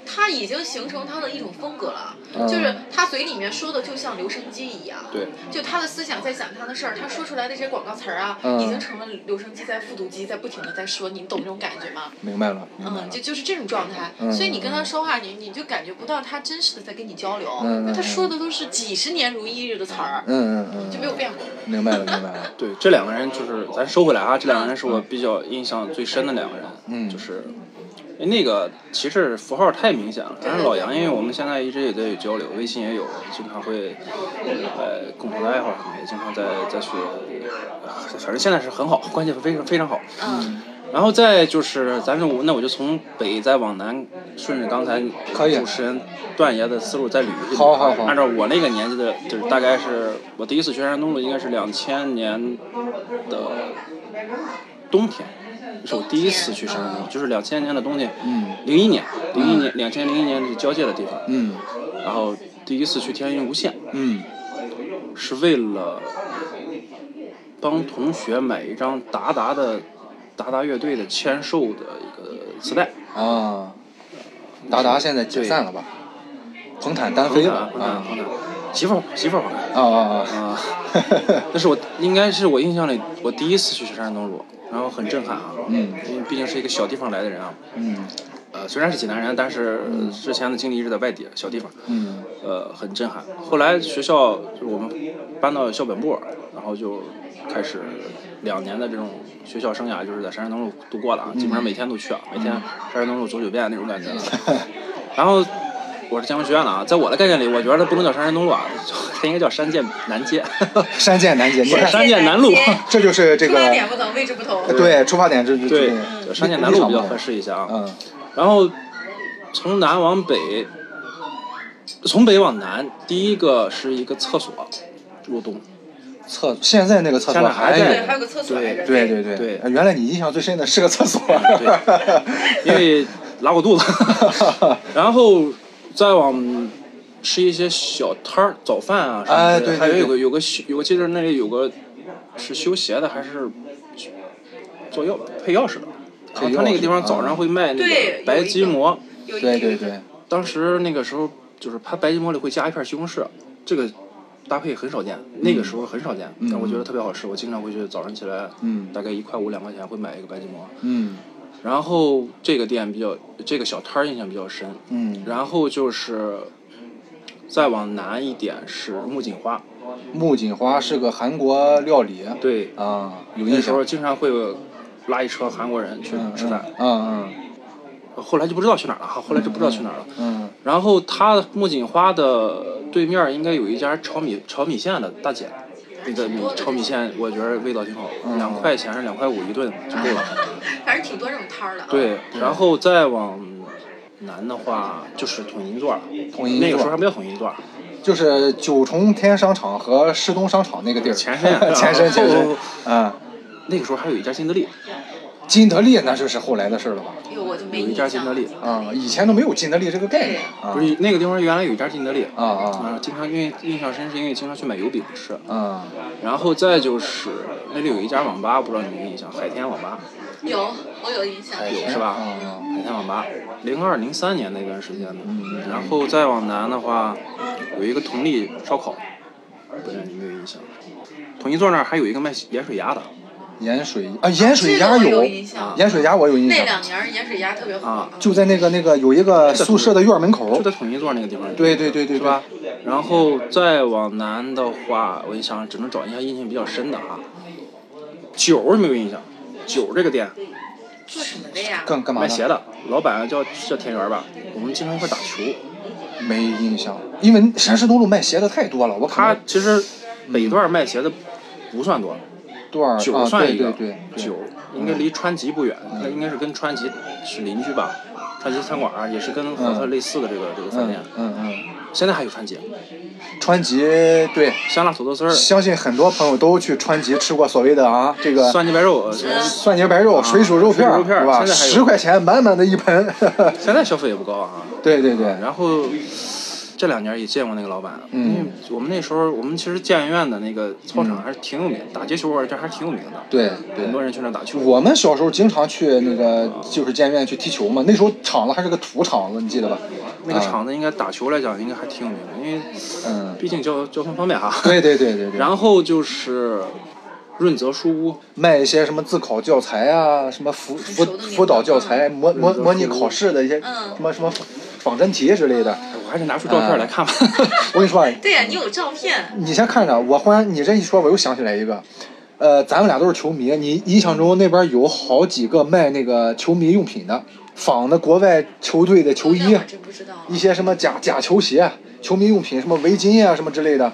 Speaker 5: 他已经形成他的一种风格了，就是他嘴里面说的就像留声机一样。
Speaker 4: 嗯对。
Speaker 5: 就他的思想在想他的事儿，他说出来的这些广告词儿啊，
Speaker 2: 嗯
Speaker 5: 已经成了留声机在复读机在不停的在说，你们懂这种感觉吗？
Speaker 2: 明白了，明白
Speaker 5: 嗯，
Speaker 2: 了
Speaker 5: 就。就是这种状态，
Speaker 2: 嗯
Speaker 5: 所以你跟他说话，你你就感觉不到他真实的在跟你交流，
Speaker 2: 嗯嗯
Speaker 5: 因为他说的都是几十年如一日的词儿，
Speaker 2: 嗯嗯嗯，
Speaker 5: 就没有变过。
Speaker 2: 明白了，明白了。
Speaker 4: 对，这两个人就是咱收回来啊，这两个人是我比较印象最深的两个人，
Speaker 2: 嗯
Speaker 4: 就是因为那个旗帜符号太明显了。但是老杨，因为我们现在一直也在有交流，微信也有，经常会呃共同的爱好什么，也经常在在去，呃反正现在是很好，关系非常非常好。
Speaker 5: 嗯，
Speaker 4: 然后再就是，咱们我那我就从北再往南，顺着刚才
Speaker 2: 可以
Speaker 4: 主持人段爷的思路再捋一捋。
Speaker 2: 好好好
Speaker 4: 按照我那个年纪的，就是大概是我第一次去山东路，应该是两千年的冬天，是我第一次去山东路，就是两千年的冬天，
Speaker 2: 嗯
Speaker 4: 零一年，零一年，两千零一年是交界的地方，
Speaker 2: 嗯
Speaker 4: 然后第一次去天津无线，
Speaker 2: 嗯，
Speaker 4: 是为了帮同学买一张达达的达达乐队的签售的一个磁带。
Speaker 2: 啊，达达现在解散了吧？彭坦单飞了
Speaker 4: 不
Speaker 2: 啊
Speaker 4: 不嗯媳妇儿媳妇儿好看
Speaker 2: 啊啊啊！
Speaker 4: 啊！ 那是我应该是我印象里我第一次去山东路，然后很震撼啊，
Speaker 2: 嗯
Speaker 4: 因为毕竟是一个小地方来的人啊，
Speaker 2: 嗯
Speaker 4: 呃，虽然是济南人，但是呃之前的经历一直在外地小地方，
Speaker 2: 嗯
Speaker 4: 呃，很震撼。后来学校就是我们搬到校本部，然后就开始两年的这种学校生涯，就是在山山东路度过的啊，基
Speaker 2: 嗯
Speaker 4: 本上每天都去啊，每天山山东路走九遍那种感觉。啊然后我是建工学院的啊，在我的概念里，我觉得不能叫山山东路啊，它应该叫山界南街，
Speaker 2: 山见南街，你
Speaker 4: 不是
Speaker 2: 看，
Speaker 4: 山界南路。
Speaker 2: 这就是 这
Speaker 5: 出发
Speaker 2: 个
Speaker 5: 点不同，位置不同。
Speaker 2: 对出发点，这这
Speaker 4: 对
Speaker 2: 这，
Speaker 4: 山界南路比较合。适一些啊。
Speaker 2: 嗯
Speaker 4: 然后从南往北，从北往南，第一个是一个厕所入洞，
Speaker 2: 厕，现在那个厕
Speaker 4: 现
Speaker 2: 所
Speaker 4: 在还
Speaker 2: 有
Speaker 4: 在
Speaker 5: 对，还有个厕所来着。
Speaker 2: 对对对
Speaker 4: 对
Speaker 2: 原来你印象最深的是个厕所，
Speaker 4: 因为拉过 肚子，然后再往吃一些小摊儿、早饭啊什么
Speaker 2: 哎
Speaker 4: 之类的
Speaker 2: 对对
Speaker 4: 还有
Speaker 2: 对
Speaker 4: 有个有个修有个记得那里有个是修鞋的还是做钥配钥匙的，然后他那个地方
Speaker 2: 啊
Speaker 4: 早上会卖那
Speaker 5: 对
Speaker 4: 个白吉馍，
Speaker 5: 有一
Speaker 2: 对对
Speaker 5: 有一个
Speaker 2: 对，
Speaker 4: 当时那个时候就是它白吉馍里会加一片西红柿，这个。搭配很少见，那个时候很少见，
Speaker 2: 嗯
Speaker 4: 但我觉得特别好吃。我经常会去早上起来，
Speaker 2: 嗯
Speaker 4: 大概一块五两块钱会买一个白吉馍，
Speaker 2: 嗯
Speaker 4: 然后这个店比较，这个小摊儿印象比较深。
Speaker 2: 嗯，
Speaker 4: 然后就是再往南一点是木槿花，
Speaker 2: 木槿花是个韩国料理，
Speaker 4: 对，
Speaker 2: 啊，有
Speaker 4: 那
Speaker 2: 印
Speaker 4: 时
Speaker 2: 象
Speaker 4: 候，经常会有拉一车韩国人去
Speaker 2: 嗯
Speaker 4: 吃饭，
Speaker 2: 嗯
Speaker 4: 后来就不知道去哪儿了，哈，后来就不知道去哪儿了。
Speaker 2: 嗯嗯
Speaker 4: 然后它木槿花的对面应该有一家炒米炒米线的大姐，那个米炒米线我觉得味道挺好，
Speaker 2: 嗯
Speaker 4: 两块钱还是两块五一顿就够了。
Speaker 5: 反正挺多这种摊儿的啊。
Speaker 4: 对，
Speaker 2: 嗯
Speaker 4: 然后再往南的话就是统一座儿了，
Speaker 2: 统一座
Speaker 4: 那个时候还没有统一座儿，
Speaker 2: 嗯，就是九重天商场和市东商场那个地儿，
Speaker 4: 前身啊
Speaker 2: 前身前
Speaker 4: 哦
Speaker 2: 身，嗯，
Speaker 4: 那个时候还有一家新德利，
Speaker 2: 金德利那就是后来的事儿了吧？
Speaker 5: 哎呦，我就没
Speaker 4: 有一
Speaker 5: 印
Speaker 4: 家
Speaker 5: 象。
Speaker 4: 金德利，
Speaker 2: 啊，以前都没有金德利这个概念啊
Speaker 4: 不是那个地方原来有一家金德利，
Speaker 2: 啊啊
Speaker 4: 啊，经常因为印象深是因为经常去买油饼吃，
Speaker 2: 啊，
Speaker 4: 然后再就是那里有一家网吧，不知道你有没有印象，海天网吧
Speaker 5: 有，我有印象。
Speaker 4: 有是吧？
Speaker 2: 啊
Speaker 4: 海天网吧，零二零三年那段时间的，
Speaker 2: 嗯
Speaker 4: 然后再往南的话，有一个同利烧烤，不知道你有没有印象？统一座那儿还有一个卖盐水鸭的
Speaker 2: 盐水啊，盐水鸭
Speaker 5: 这个
Speaker 2: 有
Speaker 5: 我有印象，
Speaker 2: 盐水鸭我有印
Speaker 5: 那
Speaker 2: 象，
Speaker 5: 两年儿盐水鸭特别火。
Speaker 4: 啊
Speaker 2: 就在那个那个有一个宿舍的院门口
Speaker 4: 就，在统一座那个地方，
Speaker 2: 对对对对
Speaker 4: 是吧？？然后再往南的话，我一想只能找一下印象比较深的啊。酒有没有印象？酒这个店
Speaker 5: 做什么的呀？
Speaker 2: 干干嘛
Speaker 4: 卖鞋
Speaker 2: 呢？
Speaker 4: 的，老板叫叫田园吧，我们经常一块打球。
Speaker 2: 嗯没印象，因为山石东路卖鞋的太多了，我可
Speaker 4: 他
Speaker 2: 能
Speaker 4: 其实北段卖鞋的不算多，
Speaker 2: 多少
Speaker 4: 酒
Speaker 2: 啊？
Speaker 4: 算
Speaker 2: 对
Speaker 4: 一个，
Speaker 2: 对对，对嗯
Speaker 4: 酒应该离川崎不远，那应该是跟川崎是邻居吧？川崎餐馆儿也是跟和特类似的这个、这个饭
Speaker 2: 嗯
Speaker 4: 店，
Speaker 2: 嗯嗯，
Speaker 4: 现在还有川崎
Speaker 2: 川崎对，
Speaker 4: 香辣土豆丝儿、
Speaker 2: 相信很多朋友都去川崎吃过所谓的啊这个
Speaker 4: 蒜泥白肉，呃
Speaker 2: 蒜泥白肉、水煮肉片
Speaker 4: 水煮
Speaker 2: 儿，
Speaker 4: 肉片儿
Speaker 2: 是吧？
Speaker 4: 现在还有
Speaker 2: 十块钱满满的一盆，
Speaker 4: 现在消费也不高啊。
Speaker 2: 对对对，
Speaker 4: 然后这两年也见过那个老板，
Speaker 2: 嗯
Speaker 4: 因为我们那时候我们其实建院的那个操场还是挺有名，打街球玩儿这还是挺有名的，
Speaker 2: 对对
Speaker 4: 很多人去那打球。
Speaker 2: 我们小时候经常去那个就是建院去踢球嘛，那时候场子还是个土场子，你记得吧？
Speaker 4: 那个场子应该打球来讲应该还挺有名的，因为
Speaker 2: 啊嗯，
Speaker 4: 毕竟交交通方便哈。
Speaker 2: 对对对对对。
Speaker 4: 然后就是润泽书屋，
Speaker 2: 卖一些什么自考教材啊，什么辅辅
Speaker 5: 熟的那种
Speaker 2: 辅导教材、模模模拟考试的一些
Speaker 5: 嗯
Speaker 2: 什么什么仿真题之类的。
Speaker 4: 哎我还是拿出照片来 看吧。
Speaker 2: 我跟你说啊，
Speaker 5: 对呀、你有照片。
Speaker 2: 你先看着，我忽然你这一说，我又想起来一个，呃，咱们俩都是球迷，你印象中那边有好几个卖那个球迷用品的，仿的国外球队的球
Speaker 5: 那
Speaker 2: 衣
Speaker 5: 我，真不知道啊。
Speaker 2: 一些什么假假球鞋、球迷用品，什么围巾啊什么之类的，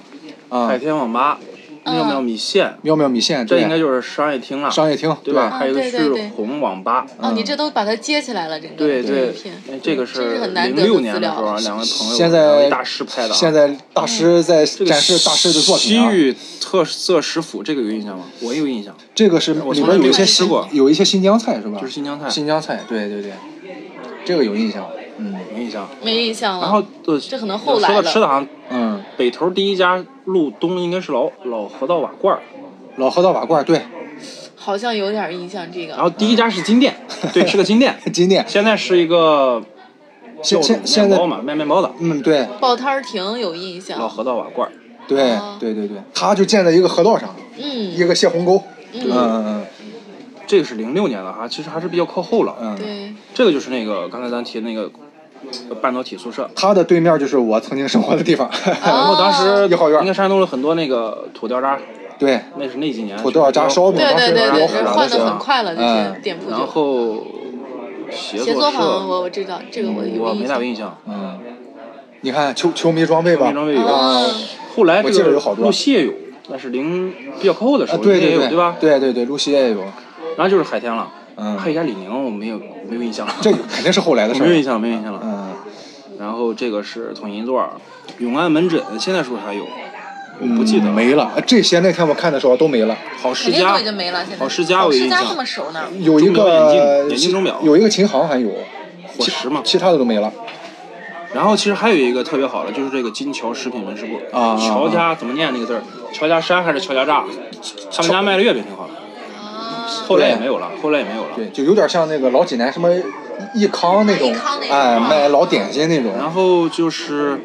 Speaker 2: 啊、
Speaker 4: 海天网吧，
Speaker 3: 嗯
Speaker 4: 妙妙米线，
Speaker 2: 妙妙米线，
Speaker 4: 这
Speaker 2: 对
Speaker 4: 应该就是商业厅了，
Speaker 2: 商业厅，
Speaker 4: 对吧？
Speaker 3: 嗯
Speaker 4: 还有一个
Speaker 3: 对对对
Speaker 4: 是红网吧。
Speaker 3: 哦，你这都把它接起来了，整个
Speaker 4: 对
Speaker 3: 这
Speaker 4: 对
Speaker 3: 一片，
Speaker 4: 哎这个是
Speaker 3: 真是很难
Speaker 4: 零
Speaker 3: 得的
Speaker 4: 六
Speaker 3: 资
Speaker 4: 年的时候啊，
Speaker 3: 料
Speaker 4: 两位朋友，
Speaker 2: 现
Speaker 4: 两位
Speaker 2: 在
Speaker 4: 大师拍的啊。嗯
Speaker 2: 现在大师在
Speaker 4: 这个
Speaker 2: 展示大师的作品、啊。
Speaker 4: 西域特色食府这个有印象吗？我有印象，
Speaker 2: 这个是
Speaker 4: 我
Speaker 2: 里边
Speaker 4: 从来
Speaker 2: 有
Speaker 4: 没
Speaker 2: 一些
Speaker 4: 吃
Speaker 2: 新
Speaker 4: 过
Speaker 2: 有一些新疆菜是吧？
Speaker 4: 就是新疆菜
Speaker 2: 新疆菜，对对对，这个有印象。嗯
Speaker 4: 有印象。
Speaker 3: 没印象了。
Speaker 4: 然后呃，
Speaker 3: 这可能后来
Speaker 4: 说
Speaker 3: 了
Speaker 4: 到吃的，好像
Speaker 2: 嗯，
Speaker 4: 北头第一家路东应该是老老河道瓦罐儿，
Speaker 2: 老河道瓦罐，对，
Speaker 3: 好像有点印象这个。
Speaker 4: 然后第一家是金店， 对，是个金店，
Speaker 2: 金店。
Speaker 4: 现在是一个
Speaker 2: 现现
Speaker 4: 面
Speaker 2: 现在
Speaker 4: 包，嘛，卖面包的，
Speaker 2: 嗯，对
Speaker 3: 报摊儿亭有印
Speaker 4: 老
Speaker 3: 象，
Speaker 4: 河道瓦罐儿。
Speaker 2: 对
Speaker 3: 哦
Speaker 2: 对对对，它就建在一个河道上，一
Speaker 3: 嗯，
Speaker 2: 个泄洪沟。
Speaker 3: 嗯
Speaker 2: 嗯嗯
Speaker 4: 这个是零六年的哈，其实还是比较靠后了。
Speaker 2: 嗯嗯，
Speaker 3: 对，
Speaker 4: 这个就是那个刚才咱提的那个呃半导体宿舍，
Speaker 2: 它的对面就是我曾经生活的地方。
Speaker 4: 然后哎当
Speaker 3: 哦
Speaker 4: 时
Speaker 2: 一号院
Speaker 4: 应该山东了很多那个土掉渣，
Speaker 2: 对，
Speaker 4: 那是那几年
Speaker 2: 土豆渣烧饼，
Speaker 3: 对
Speaker 2: 当
Speaker 3: 对
Speaker 2: 时
Speaker 3: 对
Speaker 2: 老
Speaker 3: 对，
Speaker 2: 火
Speaker 3: 对
Speaker 2: 了
Speaker 3: 换
Speaker 2: 是
Speaker 3: 的很
Speaker 2: 吧？
Speaker 3: 快了，这些店铺
Speaker 4: 嗯然
Speaker 3: 就。
Speaker 4: 后协
Speaker 3: 协作
Speaker 4: 作
Speaker 3: 坊
Speaker 4: 社，
Speaker 3: 我我知道，这个我有
Speaker 4: 我没
Speaker 3: 印
Speaker 4: 大
Speaker 3: 象
Speaker 4: 有。印象。
Speaker 2: 嗯，你看球球迷装备吧啊
Speaker 4: 没，装备有，
Speaker 3: 哦
Speaker 4: 后来
Speaker 2: 我
Speaker 4: 这
Speaker 2: 记得
Speaker 4: 个
Speaker 2: 有好多
Speaker 4: 露西也有，那是零比较靠后的时
Speaker 2: 啊
Speaker 4: 候，
Speaker 2: 对
Speaker 4: 露西也有
Speaker 2: 对
Speaker 4: 对吧？
Speaker 2: 对对对，露西也有，
Speaker 4: 然后就是海天了，
Speaker 2: 嗯
Speaker 4: 还有一家李宁，我没有没有印象了，
Speaker 2: 这个肯定是后来的
Speaker 4: 我
Speaker 2: 事
Speaker 4: 没有印
Speaker 2: 儿。
Speaker 4: 象，没有印象了。
Speaker 2: 嗯，
Speaker 4: 然后这个是统一座儿，永安门诊，现在是不是还有？我不记得了
Speaker 2: 嗯没了。这些那天我看的时候都没了。
Speaker 4: 好
Speaker 3: 肯
Speaker 4: 世
Speaker 3: 定
Speaker 4: 家
Speaker 3: 都已经没了。现在
Speaker 4: 好世家我有
Speaker 3: 世
Speaker 4: 印
Speaker 3: 家
Speaker 4: 象嗯
Speaker 3: 这么熟呢？
Speaker 2: 有一
Speaker 4: 钟表
Speaker 2: 个
Speaker 4: 眼镜眼镜钟表
Speaker 2: 有一个琴行还有，
Speaker 4: 伙食嘛。
Speaker 2: 其他的都没了。
Speaker 4: 然后其实还有一个特别好的，就是这个金桥食品门市部
Speaker 2: 啊
Speaker 4: 乔家怎么念那个字儿？乔家山还是乔家栅？他们家卖的月饼挺好的，
Speaker 3: 啊，
Speaker 4: 后来也没有了，后来也没有了。
Speaker 2: 对，就有点像那个老济南什么益康那种
Speaker 3: 益康那，种
Speaker 2: 哎，
Speaker 3: 啊
Speaker 2: 卖老点心那种，
Speaker 4: 然后就是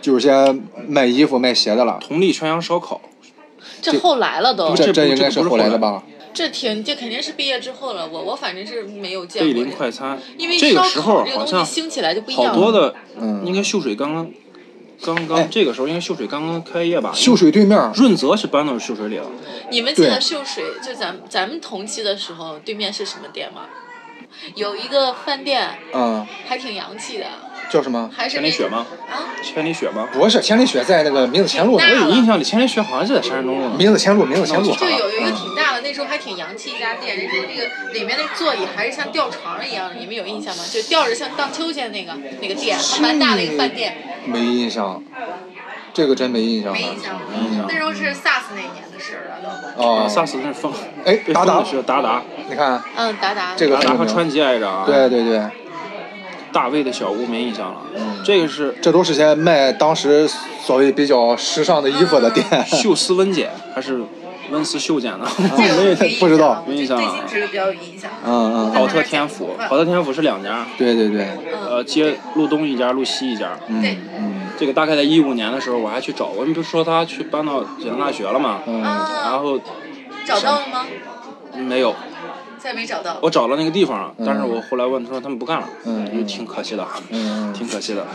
Speaker 2: 就是些卖衣服卖鞋的了。
Speaker 4: 同利全羊烧烤，
Speaker 3: 这后来了都，
Speaker 4: 这
Speaker 2: 这
Speaker 4: 不
Speaker 2: 应该
Speaker 4: 这不是
Speaker 2: 后来的吧？
Speaker 3: 这挺这肯定是毕业之后了。我我反正是没有见
Speaker 4: 贝
Speaker 3: 过
Speaker 4: 林
Speaker 3: 这个，
Speaker 4: 快餐
Speaker 3: 因为，
Speaker 4: 这
Speaker 3: 烧
Speaker 4: 个
Speaker 3: 烤
Speaker 4: 时候
Speaker 3: 这个
Speaker 4: 好
Speaker 3: 东
Speaker 4: 像
Speaker 3: 西兴起来就不一样了。
Speaker 4: 好多的，
Speaker 2: 嗯
Speaker 4: 应该秀水刚刚刚
Speaker 2: 哎
Speaker 4: 刚这个时候应该秀水刚刚开业吧？
Speaker 2: 秀水对面儿，
Speaker 4: 润泽是搬到秀水里了，
Speaker 3: 你们记得
Speaker 2: 对
Speaker 3: 秀水就咱咱们同期的时候，对面是什么店吗？有一个饭店
Speaker 2: 嗯，
Speaker 3: 还挺洋气的，
Speaker 2: 叫什么？
Speaker 3: 还是
Speaker 4: 千
Speaker 3: 那
Speaker 4: 里
Speaker 3: 个
Speaker 4: 雪吗？
Speaker 3: 啊，
Speaker 4: 千里雪吗？
Speaker 2: 不是千里雪在那个民子前路上，
Speaker 3: 那
Speaker 4: 我印象里千里雪好像是在山山东路呢。
Speaker 2: 民子前路，民子前路
Speaker 4: 那我。
Speaker 5: 就有有一个挺大的，那时候还挺洋气一家店，人家那个里面的座椅还是像吊床一样的，你们有印象吗？就吊着像荡秋千那个那个店，还蛮大的一个饭店，
Speaker 2: 没印象，这个真没印象
Speaker 5: 没
Speaker 2: 了
Speaker 5: 印。象了。
Speaker 4: 没印象
Speaker 5: 那时候是 SARS 那一年的事儿了都。
Speaker 4: 啊，
Speaker 2: 哦，
Speaker 4: 萨斯那是封，
Speaker 2: 哎
Speaker 4: 被
Speaker 2: 达
Speaker 4: 封
Speaker 2: 达
Speaker 4: 的是达达，
Speaker 2: 你看
Speaker 3: 嗯，达达
Speaker 2: 这个
Speaker 4: 达
Speaker 2: 很
Speaker 4: 达
Speaker 2: 有
Speaker 4: 和
Speaker 2: 名。
Speaker 4: 川崎挨着啊。
Speaker 2: 对，对对，
Speaker 4: 大卫的小屋没印象了。
Speaker 2: 嗯
Speaker 4: 这个是
Speaker 2: 这都是些卖当时所谓比较时尚的衣服的店。
Speaker 4: 秀斯温简还是温斯秀简呢？
Speaker 5: 这个我没
Speaker 2: 没
Speaker 5: 印象
Speaker 2: 不知道
Speaker 5: 我
Speaker 4: 没印
Speaker 5: 就
Speaker 4: 象
Speaker 5: 对
Speaker 4: 了
Speaker 5: 金池比较有印象。
Speaker 2: 嗯嗯，
Speaker 4: 奥特天府，奥特天府是两家，
Speaker 2: 对对对，
Speaker 5: 嗯
Speaker 4: 呃，接路东一家，路西一家。
Speaker 2: 嗯
Speaker 5: 对，
Speaker 4: 这个大概在一五年的时候，我还去找过，我们不是说他去搬到济南大学了吗？
Speaker 2: 嗯，
Speaker 4: 然后
Speaker 5: 啊找到了吗？
Speaker 4: 没有，
Speaker 5: 再没找到。
Speaker 4: 我找了那个地方了，但是我后来问他说他们不干了，
Speaker 2: 嗯嗯
Speaker 4: 就挺可惜的，
Speaker 2: 嗯嗯
Speaker 4: 挺可惜的。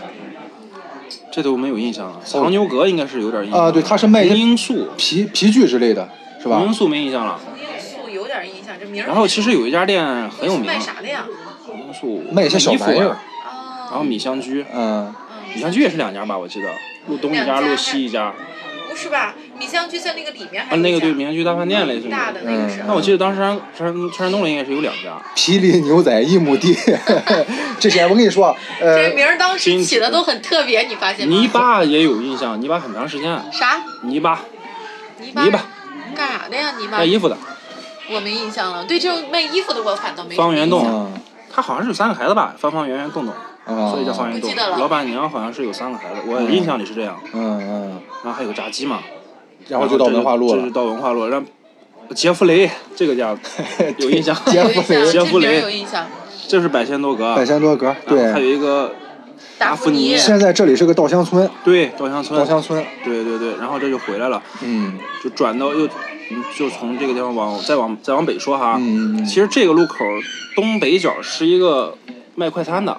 Speaker 4: 这都没有印象了，藏牛阁应该是有点印象
Speaker 2: 哦啊对他是卖一
Speaker 4: 红罂粟，
Speaker 2: 皮皮具之类的，是吧
Speaker 4: 红？罂粟没印象了。
Speaker 5: 红罂粟有点印象，这名儿。
Speaker 4: 然后其实有一家店很有名，
Speaker 5: 卖啥的呀？
Speaker 4: 红罂粟
Speaker 2: 卖一些小
Speaker 4: 衣服
Speaker 2: 玩意儿
Speaker 4: 吧，然
Speaker 5: 啊，
Speaker 4: 后米香居，
Speaker 2: 嗯，
Speaker 4: 米香居也是两家吧，我记得，路东一家，
Speaker 5: 两家
Speaker 4: 路西一家，
Speaker 5: 不是吧？米香居在那个里面还
Speaker 4: 啊，
Speaker 5: 有一
Speaker 4: 那个对，
Speaker 5: 家
Speaker 4: 米香居大饭店类似于。
Speaker 5: 大的那个是。
Speaker 4: 那我记得当时山山山东人应该是有两家，
Speaker 2: 霹雳牛仔一亩地，这些我跟你说，
Speaker 3: 这
Speaker 2: 呃，
Speaker 3: 名儿当时起的都很特别，你发现吗？
Speaker 4: 泥巴也有印象，泥巴很长时间，
Speaker 3: 啥？
Speaker 4: 泥巴
Speaker 3: 泥巴？
Speaker 4: 泥巴哎
Speaker 3: 干啥的呀？泥巴
Speaker 4: 卖？衣服的，
Speaker 3: 我没印象了，对这种卖衣服的我反倒没什么
Speaker 4: 方圆
Speaker 3: 印象
Speaker 4: 洞，
Speaker 2: 嗯
Speaker 4: 他好像是有三个孩子吧，方方圆圆洞洞，
Speaker 2: 啊，
Speaker 4: 所以叫方圆
Speaker 3: 不
Speaker 4: 洞
Speaker 3: 记得。了
Speaker 4: 老板娘好像是有三个孩子，我印象里是这样，
Speaker 2: 嗯嗯，
Speaker 4: 然后还有个炸鸡嘛，
Speaker 2: 然后就到文化路
Speaker 4: 这
Speaker 2: 了
Speaker 4: 就。到文化路，让杰弗雷这个家 有印象，
Speaker 2: 杰
Speaker 3: 有印象，
Speaker 2: 杰
Speaker 3: 这
Speaker 4: 弗
Speaker 3: 名儿
Speaker 4: 雷
Speaker 3: 有印象。
Speaker 4: 这是百仙多格，
Speaker 2: 百仙多格，
Speaker 4: 然后啊还
Speaker 2: 对，
Speaker 4: 有一个
Speaker 3: 达芙妮
Speaker 2: 现在这里是个稻香村，
Speaker 4: 对稻香村，
Speaker 2: 稻香村，
Speaker 4: 对对对，然后这就回来了，
Speaker 2: 嗯，
Speaker 4: 就转到又嗯就从这个地方往再往再往北说哈，
Speaker 2: 嗯嗯嗯
Speaker 4: 啊其实这个路口东北角是一个卖快餐的，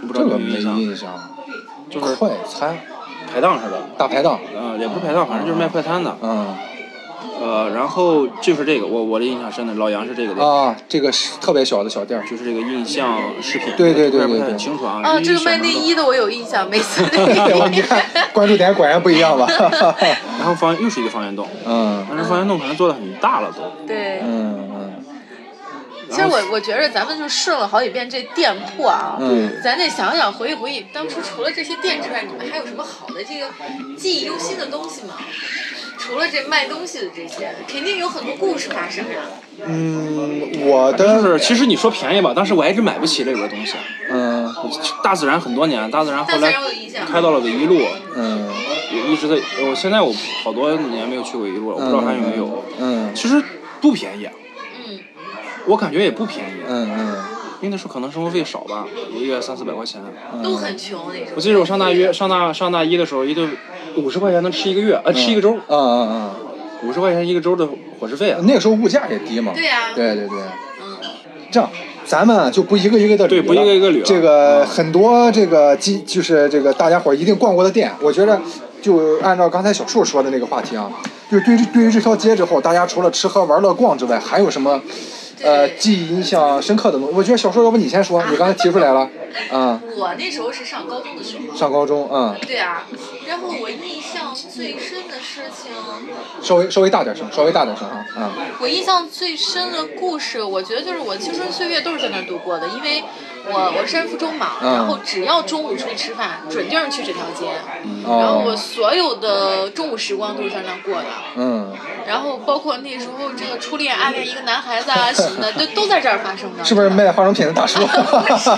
Speaker 4: 不知
Speaker 2: 这
Speaker 4: 道你
Speaker 2: 个
Speaker 4: 有
Speaker 2: 没
Speaker 4: 没有印象，
Speaker 2: 印象，
Speaker 4: 就是
Speaker 2: 快餐
Speaker 4: 排档似的。
Speaker 2: 大排档，
Speaker 4: 啊、也不是排档，反正就是卖快餐的。
Speaker 2: 嗯
Speaker 4: 呃，然后就是这个，我我的印象深的，老杨是这个店，
Speaker 2: 啊，这个是特别小的小店儿，
Speaker 4: 就是这个印象食品。
Speaker 2: 对对对
Speaker 4: 我也不
Speaker 2: 对
Speaker 4: 太
Speaker 2: 对
Speaker 4: 清楚啊。
Speaker 5: 啊，
Speaker 4: 是一
Speaker 5: 这个
Speaker 4: 小
Speaker 5: 卖
Speaker 4: 门
Speaker 5: 内
Speaker 4: 洞
Speaker 5: 衣的我有印象，每次那
Speaker 2: 我
Speaker 5: 个
Speaker 2: 你看关注点果然不一样吧？
Speaker 4: 然后方又是一个方圆洞，
Speaker 2: 嗯
Speaker 4: 但是方圆洞可能做的很大了都。
Speaker 5: 对。
Speaker 2: 嗯
Speaker 5: 其实我我觉着咱们就顺了好几遍这店铺啊，
Speaker 2: 嗯
Speaker 5: 咱得想想回忆回忆，当初除了这些店之外，你们还有什么好的这个记忆犹新的东西吗？除了这卖东西的这些，肯定有很多故事发生啊呀、
Speaker 2: 嗯嗯，我
Speaker 4: 就
Speaker 2: 的
Speaker 4: 是其实你说便宜吧，当时我还真买不起这里边东西。啊
Speaker 2: 嗯
Speaker 4: 大自然很多年，大自然后
Speaker 5: 大自
Speaker 4: 来
Speaker 5: 然我有印象
Speaker 4: 开到了纬一路，
Speaker 2: 嗯
Speaker 4: 也一直在。我现在我好多年没有去纬一路了，我不知道还有没有。
Speaker 2: 嗯
Speaker 4: 其实不便宜，啊
Speaker 5: 嗯，
Speaker 4: 我感觉也不便宜，
Speaker 2: 嗯嗯
Speaker 4: 因为那时候可能生活费少吧，一个月三四百块钱。
Speaker 5: 都很穷那种
Speaker 4: 我。记得我上大约上大上大一的时候，一顿五十块钱能吃一个月，呃，吃一个周，
Speaker 2: 嗯嗯
Speaker 4: 五十块钱一个周的伙食费啊
Speaker 2: 嗯，。那个时候物价也低嘛，
Speaker 5: 对啊呀
Speaker 2: 对对对，
Speaker 5: 嗯，
Speaker 2: 这样。咱们就不一个一个的捋了，
Speaker 4: 对不一个一个捋了嗯
Speaker 2: 这个很多这个基就是这个大家伙儿一定逛过的店，我觉得就按照刚才小树说的那个话题啊，就对于对于这条街之后，大家除了吃喝玩乐逛之外，还有什么呃
Speaker 5: 对
Speaker 2: 记忆印象深刻的东西？我觉得小树，要不你先 说，你刚才提出来了，啊、
Speaker 5: 我那时候是上高中的时候。
Speaker 2: 上高中，嗯
Speaker 5: 对啊，然后我印象最深的事情，
Speaker 2: 稍微稍微大点声，稍微大点声啊啊！
Speaker 5: 我印象最深的故事，我觉得就是我青春岁月都是在那儿度过的，因为我我身负重嘛，
Speaker 2: 嗯
Speaker 5: 然后只要中午出去吃饭，准定儿去这条街，然后我
Speaker 2: 哦，
Speaker 5: 所有的中午时光都是在那儿过的，
Speaker 2: 嗯，
Speaker 5: 然后包括那时候这个初恋暗恋一个男孩子啊什么的，都都在这儿发生的。
Speaker 2: 是不是卖化妆品的 大叔？
Speaker 5: 不是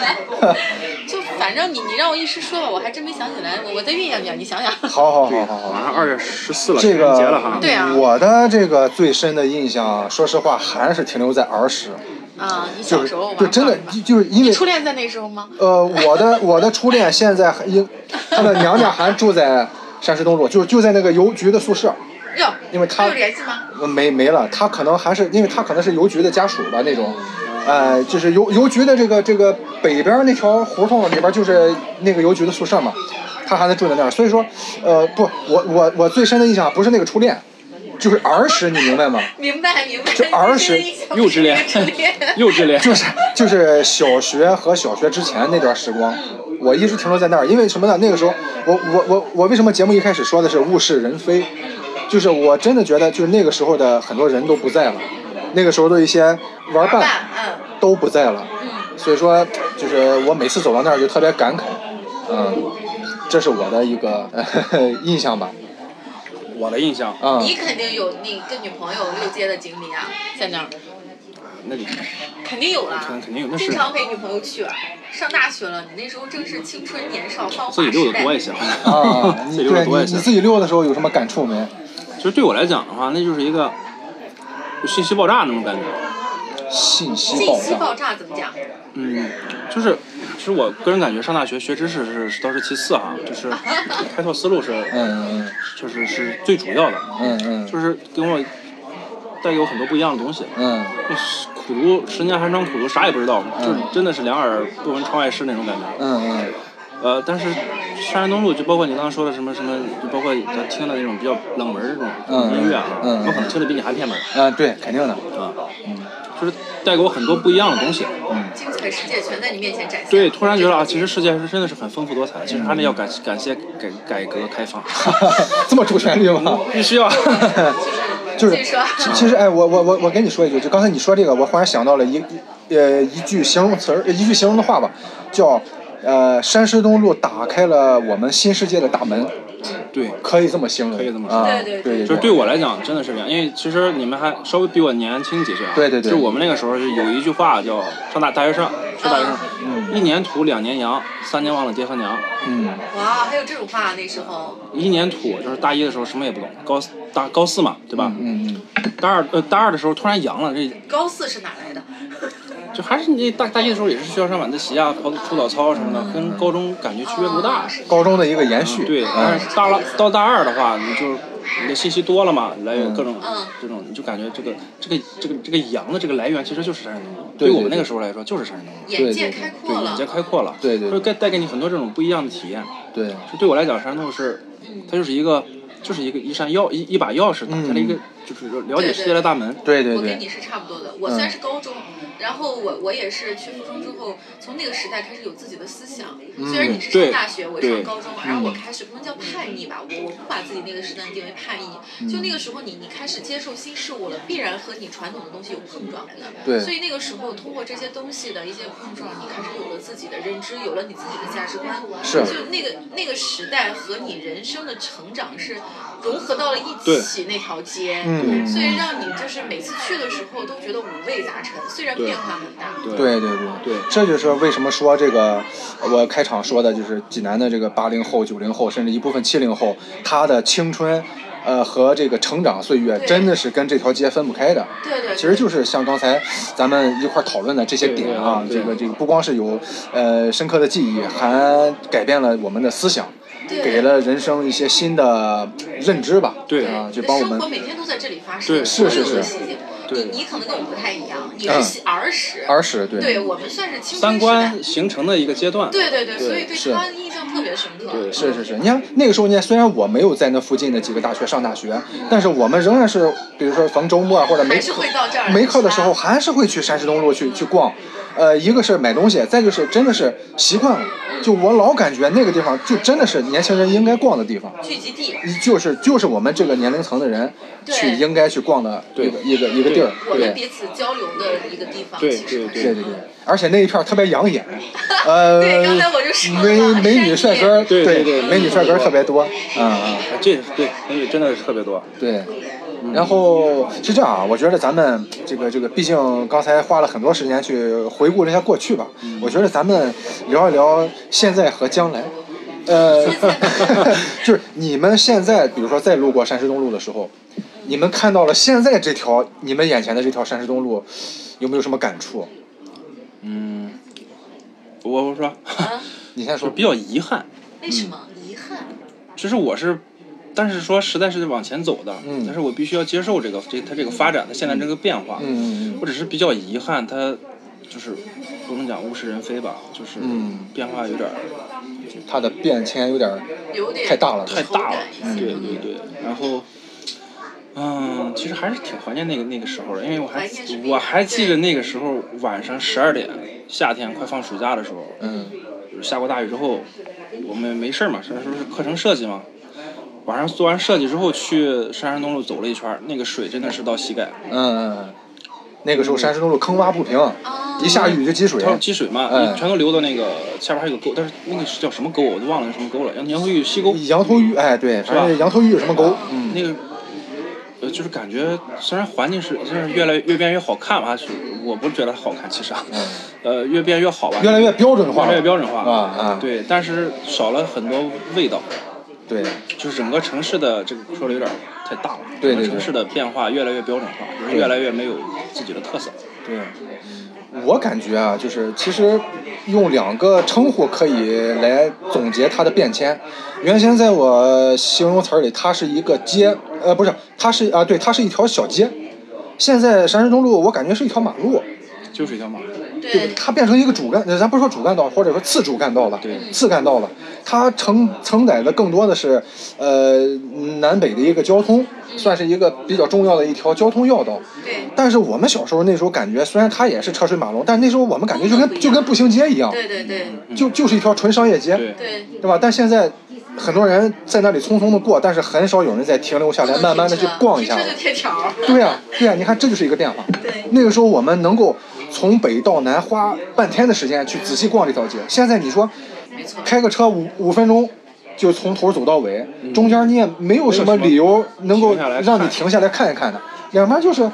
Speaker 5: 就反正你你让我一时说吧，我还真没想起来，我我再酝酿酝酿，你想想。
Speaker 2: 好好好好
Speaker 4: 马
Speaker 2: 好。
Speaker 4: 上二月十四了，
Speaker 2: 这
Speaker 4: 情人节了
Speaker 2: 个
Speaker 4: 哈。
Speaker 5: 对啊
Speaker 2: 我的这个最深的印象，说实话还是停留在儿时，
Speaker 5: 啊，你
Speaker 2: 就
Speaker 5: 小
Speaker 2: 是
Speaker 5: 时候玩
Speaker 2: 就真的
Speaker 5: 过
Speaker 2: 就
Speaker 5: 吗
Speaker 2: 就是因
Speaker 5: 你
Speaker 2: 为
Speaker 5: 初恋在那时候吗？
Speaker 2: 呃，我的我的初恋现在还应她的娘家还住在山师东路，就是就在那个邮局的宿舍，
Speaker 5: 哟，
Speaker 2: 因为他
Speaker 5: 还有联系吗？
Speaker 2: 呃没没了。她可能还是因为她可能是邮局的家属吧那种，呃，就是邮邮局的这个这个北边那条胡同里边就是那个邮局的宿舍嘛，她还在住在那儿。所以说，呃，不，我我我最深的印象不是那个初恋，就是儿时，你明白吗？
Speaker 5: 明白明白，
Speaker 2: 就儿 时
Speaker 4: 幼稚恋
Speaker 5: 初 恋，
Speaker 4: 幼稚恋，
Speaker 2: 就是就是小学和小学之前那段时光，
Speaker 5: 嗯
Speaker 2: 我一直停留在那儿，因为什么呢？那个时候，我我我我为什么节目一开始说的是物是人非？就是我真的觉得，就是那个时候的很多人都不在了，那个时候的一些玩伴
Speaker 5: 伴，嗯
Speaker 2: 都不在了，
Speaker 5: 嗯，
Speaker 2: 所以说就是我每次走到那儿就特别感慨，嗯，这是我的一个 印象吧，
Speaker 4: 我的印象，
Speaker 2: 啊、
Speaker 5: 你肯定有你跟女朋友溜街的经历啊，在那儿
Speaker 4: 那里
Speaker 5: 肯定有啦，啊
Speaker 4: 肯肯定有那是
Speaker 5: 经常陪女朋友去啊。上大学了，你那时候正是青春年少芳华
Speaker 4: 自己
Speaker 5: 时代。
Speaker 4: 溜的多一些，
Speaker 2: 啊，
Speaker 4: 自
Speaker 2: 你
Speaker 4: 己溜的
Speaker 2: 对
Speaker 4: 多一
Speaker 2: 你
Speaker 4: 些
Speaker 2: 你。自己溜的时候有什么感触没？
Speaker 4: 其实对我来讲的话，那就是一个就信息爆炸那种感觉。
Speaker 2: 信息
Speaker 5: 信
Speaker 2: 爆
Speaker 5: 息
Speaker 2: 炸，
Speaker 5: 爆炸怎么讲？
Speaker 4: 嗯，就是，其实我个人感觉上大学学知识是是倒是其次哈， 就是开拓思路是，
Speaker 2: 嗯
Speaker 4: 就是是最主要的，
Speaker 2: 嗯嗯嗯
Speaker 4: 就是给我带给我很多不一样的东西。
Speaker 2: 嗯
Speaker 4: 苦读十年寒窗苦读，啥也不知道，就是真的是两耳不闻窗外事那种感觉。
Speaker 2: 嗯嗯。
Speaker 4: 呃，但是山山东路就包括你刚刚说的什么什么，就包括咱听的那种比较冷门儿这种音乐啊，
Speaker 2: 嗯嗯嗯
Speaker 4: 我可能听的比你还偏门儿
Speaker 2: 嗯，对，肯定的。
Speaker 4: 啊，就是带给我很多不一样的东西。嗯
Speaker 5: 精彩世界全在你面前展现。
Speaker 4: 对，突然觉得啊，其实世界是真的是很丰富多彩的。其实还得要感感谢改改革开放，
Speaker 2: 这么主旋律吗？
Speaker 4: 必须要。
Speaker 2: 就是
Speaker 5: 自己说，
Speaker 2: 其其实哎，我我我我跟你说一句，就刚才你说这个，我忽然想到了一一呃一句形容词儿，呃一句形容的话吧，叫呃山师东路打开了我们新世界的大门，
Speaker 4: 对，
Speaker 2: 可以这么形容，
Speaker 4: 可以这么说
Speaker 2: 啊、
Speaker 5: 对
Speaker 2: 对
Speaker 5: 对
Speaker 2: 对，
Speaker 4: 就是对我来讲真的是这样，因为其实你们还稍微比我年轻几岁啊。
Speaker 2: 对对对
Speaker 4: 就是我们那个时候就有一句话叫“上大大学生，上大学生，一年土两年洋，三年忘了爹和娘”。
Speaker 2: 嗯
Speaker 5: 哇，还有这种话那时候，
Speaker 4: 一年土就是大一的时候什么也不懂，高四大高四嘛，对吧？
Speaker 2: 嗯嗯，
Speaker 4: 大二呃大二的时候突然阳了，这
Speaker 5: 高四是哪来的？
Speaker 4: 就还是你大大一的时候也是需要上晚自习啊，跑出早操什么的，跟高中感觉区别不大。
Speaker 2: 高中的一个延续，
Speaker 4: 对，但
Speaker 2: 嗯
Speaker 4: 是大了到大二的话，你就你的信息多了嘛，来源各种
Speaker 5: 嗯
Speaker 4: 这种，你就感觉这个这个这个这个阳的这个来源其实就是山神农，
Speaker 2: 对
Speaker 4: 对
Speaker 2: 对
Speaker 4: 我们那个时候来说就是山神农，
Speaker 5: 眼界开
Speaker 4: 对
Speaker 5: 阔
Speaker 4: 眼
Speaker 5: 了
Speaker 4: 界，开阔了，
Speaker 2: 对对对
Speaker 4: 会带带给你很多这种不一样的体验。
Speaker 2: 对，
Speaker 4: 就对我来讲，山洞是，
Speaker 5: 嗯
Speaker 4: 它就是一个，就是一个一扇钥一一把钥匙打开了一
Speaker 2: 嗯
Speaker 4: 个，就是了解世界的大门。
Speaker 2: 对对
Speaker 5: 我跟
Speaker 2: 对，
Speaker 5: 你是差不多的，我虽然是高中，然后我我也是去附中之后，从那个时代开始有自己的思想。
Speaker 2: 嗯
Speaker 5: 虽然你是上大学，我上
Speaker 4: 对
Speaker 5: 高中，然后我开始不能叫叛逆吧，我我不把自己那个时代定为叛
Speaker 2: 嗯
Speaker 5: 逆。就那个时候你，你开始接受新事物了，必然和你传统的东西有碰撞的。
Speaker 2: 对
Speaker 5: 所以那个时候，通过这些东西的一些碰撞，你开始有了自己的认知，有了你自己的价值观。
Speaker 2: 是
Speaker 5: 就那个那个时代和你人生的成长是融合到了一
Speaker 4: 对
Speaker 5: 起那条街。
Speaker 2: 嗯
Speaker 5: 所以让你就是每次去的时候都觉得五味杂陈，虽然变化很大。
Speaker 2: 对对对
Speaker 4: 对
Speaker 2: 这就是为什么说这个，我开场说的就是济南的这个八零后、九零后，甚至一部分七零后，他的青春，呃和这个成长岁月
Speaker 5: 对
Speaker 2: 真的是跟这条街分不开的。
Speaker 5: 对对
Speaker 2: 其实就是像刚才咱们一块儿讨论的这些点啊，
Speaker 4: 对
Speaker 2: 这
Speaker 4: 对
Speaker 2: 个这个不光是有呃深刻的记忆，还改变了我们的思想，
Speaker 5: 对
Speaker 2: 给了人生一些新的认知吧。
Speaker 4: 对
Speaker 2: 啊，就
Speaker 5: 你的
Speaker 2: 帮我
Speaker 5: 生
Speaker 2: 们
Speaker 5: 活每天都在这里发生，
Speaker 4: 对
Speaker 5: 所
Speaker 2: 是
Speaker 5: 有
Speaker 2: 是
Speaker 5: 的
Speaker 2: 是
Speaker 5: 细节。
Speaker 4: 对
Speaker 5: 你你可能跟我们不太一样，你
Speaker 2: 嗯
Speaker 5: 是儿时，
Speaker 2: 儿时对
Speaker 5: 对我们算是青春
Speaker 4: 三
Speaker 5: 时代
Speaker 4: 观。形成的一个阶段。
Speaker 5: 对对对，
Speaker 4: 对
Speaker 5: 所以对
Speaker 2: 是
Speaker 5: 他印象特别深刻。
Speaker 4: 对
Speaker 2: 是是是，你看那个时候呢，虽然我没有在那附近的几个大学上大学，但是我们仍然是，比如说逢周末啊或者没
Speaker 5: 还是会到这儿
Speaker 2: 没课的时候，
Speaker 5: 是
Speaker 2: 还是会去山石东路去去逛。呃，一个是买东西，再就是真的是习惯了，就我老感觉那个地方就真的是年轻人应该逛的地方，
Speaker 5: 聚集地。
Speaker 2: 就是就是我们这个年龄层的人
Speaker 5: 对
Speaker 2: 去应该去逛的一个
Speaker 4: 对
Speaker 2: 一个一个地儿，
Speaker 5: 我
Speaker 2: 对
Speaker 5: 们彼此交流的一个地方，
Speaker 4: 对
Speaker 5: 其实
Speaker 4: 对
Speaker 5: 还
Speaker 2: 对
Speaker 5: 是
Speaker 2: 对对，而且那一片儿特别 养眼，呃，
Speaker 5: 对刚才我就说了
Speaker 2: 美 美女帅哥，
Speaker 4: 对
Speaker 2: 对
Speaker 4: 对对
Speaker 2: 美女帅哥特别多，啊、啊
Speaker 4: 哎这对，那个真的是特别多。
Speaker 2: 对。然后是这样啊，我觉得咱们这个这个，毕竟刚才花了很多时间去回顾了一下过去吧，我觉得咱们聊一聊现在和将来。呃， 就是你们现在，比如说在路过山师东路的时候，你们看到了现在这条你们眼前的这条山师东路，有没有什么感触？
Speaker 4: 嗯，我我说，
Speaker 5: 啊，
Speaker 2: 你先
Speaker 4: 就
Speaker 2: 说
Speaker 4: 比。较遗憾，
Speaker 5: 为什么遗憾？
Speaker 4: 其实我是，但是说实在是往前走的，
Speaker 2: 嗯
Speaker 4: 但是我必须要接受这个这它这个发展，它现在这个变化，
Speaker 2: 嗯嗯嗯
Speaker 4: 我只是比较遗憾，它就是不能讲物是人非吧，就是
Speaker 2: 嗯
Speaker 4: 变化有点儿
Speaker 2: 它的变迁有点儿
Speaker 5: 有点
Speaker 2: 太大了
Speaker 4: 太大了，
Speaker 5: 嗯
Speaker 4: 对对对，然后。嗯，其实还是挺怀念那个那个时候的，因为我还
Speaker 5: 怀念是必
Speaker 4: 我
Speaker 5: 然
Speaker 4: 还记得
Speaker 5: 对
Speaker 4: 那个时候晚上十二点，夏天快放暑假的时候，
Speaker 2: 嗯
Speaker 4: 就是下过大雨之后，我们没事儿嘛，那时候是课程设计嘛。晚上做完设计之后，去山山东路走了一圈儿，那个水真的是到膝盖，
Speaker 2: 嗯嗯，那个时候山石东路坑洼不平，
Speaker 5: 啊
Speaker 2: 一下雨就积水
Speaker 4: 它。有积水嘛，
Speaker 2: 嗯
Speaker 4: 你全都流到那个下边还有个沟，但是那个是叫什么沟我都忘了是什么沟了，杨会峪西沟，
Speaker 2: 羊头峪，哎，对，
Speaker 4: 吧啊
Speaker 2: 反正羊头峪有什么嗯沟？
Speaker 4: 那个呃就是感觉虽然环境是就是越来越变越好看吧，是我不觉得好看，其实啊，呃越变越好吧，
Speaker 2: 嗯越来越标准化了，
Speaker 4: 越来越标准化
Speaker 2: 啊啊！
Speaker 4: 对，但是少了很多味道。
Speaker 2: 对
Speaker 4: 就是整个城市的这个说的有点太大了，
Speaker 2: 对对对
Speaker 4: 整个城市的变化越来越标准化，就是越来越没有自己的特色。
Speaker 2: 对，我感觉啊，就是其实用两个称呼可以来总结它的变迁。原先在我形容词儿里，它是一个街，呃，不是，它是啊，对，它是一条小街。现在山石东路，我感觉是一条马路。
Speaker 4: 就是一条马路，
Speaker 2: 对，
Speaker 5: 对，
Speaker 2: 它变成一个主干，呃咱不说主干道，或者说次主干道了，
Speaker 4: 对
Speaker 2: 次干道了，它承承载的更多的是，呃，南北的一个交通，
Speaker 5: 嗯
Speaker 2: 算是一个比较重要的一条交通要道。
Speaker 5: 对
Speaker 2: 但是我们小时候那时候感觉，虽然它也是车水马龙，但那时候我们感觉就跟就跟步行街一样，
Speaker 5: 哦对对对
Speaker 2: 就就是一条纯商业街，
Speaker 4: 对
Speaker 5: 对，
Speaker 2: 对吧？但现在很多人在那里匆匆的过，但是很少有人再停留下来，慢慢的去逛一下
Speaker 5: 嗯停
Speaker 2: 了
Speaker 5: 车。就贴条儿。
Speaker 2: 对呀、对呀、你看这就是一个变化。
Speaker 5: 对
Speaker 2: 那个时候我们能够从北到南花半天的时间去仔细逛这条街，现在你说
Speaker 5: 没错，
Speaker 2: 开个车五五分钟就从头走到尾，
Speaker 4: 嗯
Speaker 2: 中间你也没有什么理由能够
Speaker 4: 停下来
Speaker 2: 让你
Speaker 4: 看
Speaker 2: 停下来看一看的，要不然就是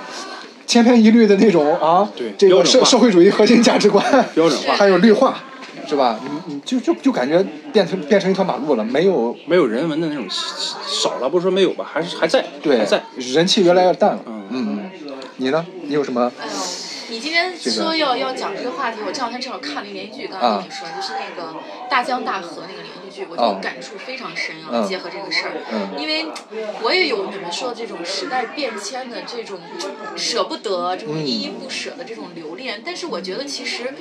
Speaker 2: 千篇一律的那种啊，
Speaker 4: 对
Speaker 2: 这
Speaker 4: 标
Speaker 2: 个
Speaker 4: 准
Speaker 2: 社
Speaker 4: 化
Speaker 2: 社会主义核心价值观，
Speaker 4: 标准化
Speaker 2: 还有绿化，是吧？你你就就就感觉变成变成一条马路了，没有
Speaker 4: 没有人文的那种少了，不是说没有吧，还是还在，
Speaker 2: 对
Speaker 4: 还哎在。
Speaker 2: 人气越来越淡了。
Speaker 4: 嗯
Speaker 2: 嗯嗯，你呢？你有什么？
Speaker 5: 哎呦，你今天说要要讲这个话题，我这两天正好看了一个连续剧，刚才
Speaker 2: 啊
Speaker 5: 跟你说，就是那个《大江大河》那个连续剧，我
Speaker 2: 哦
Speaker 5: 就感触非常深啊，
Speaker 2: 嗯
Speaker 5: 结合这个事儿，
Speaker 2: 嗯
Speaker 5: 因为我也有你们说的这种时代变迁的这种舍不得、这种
Speaker 2: 嗯
Speaker 5: 依依不舍的这种留恋，但是我觉得其实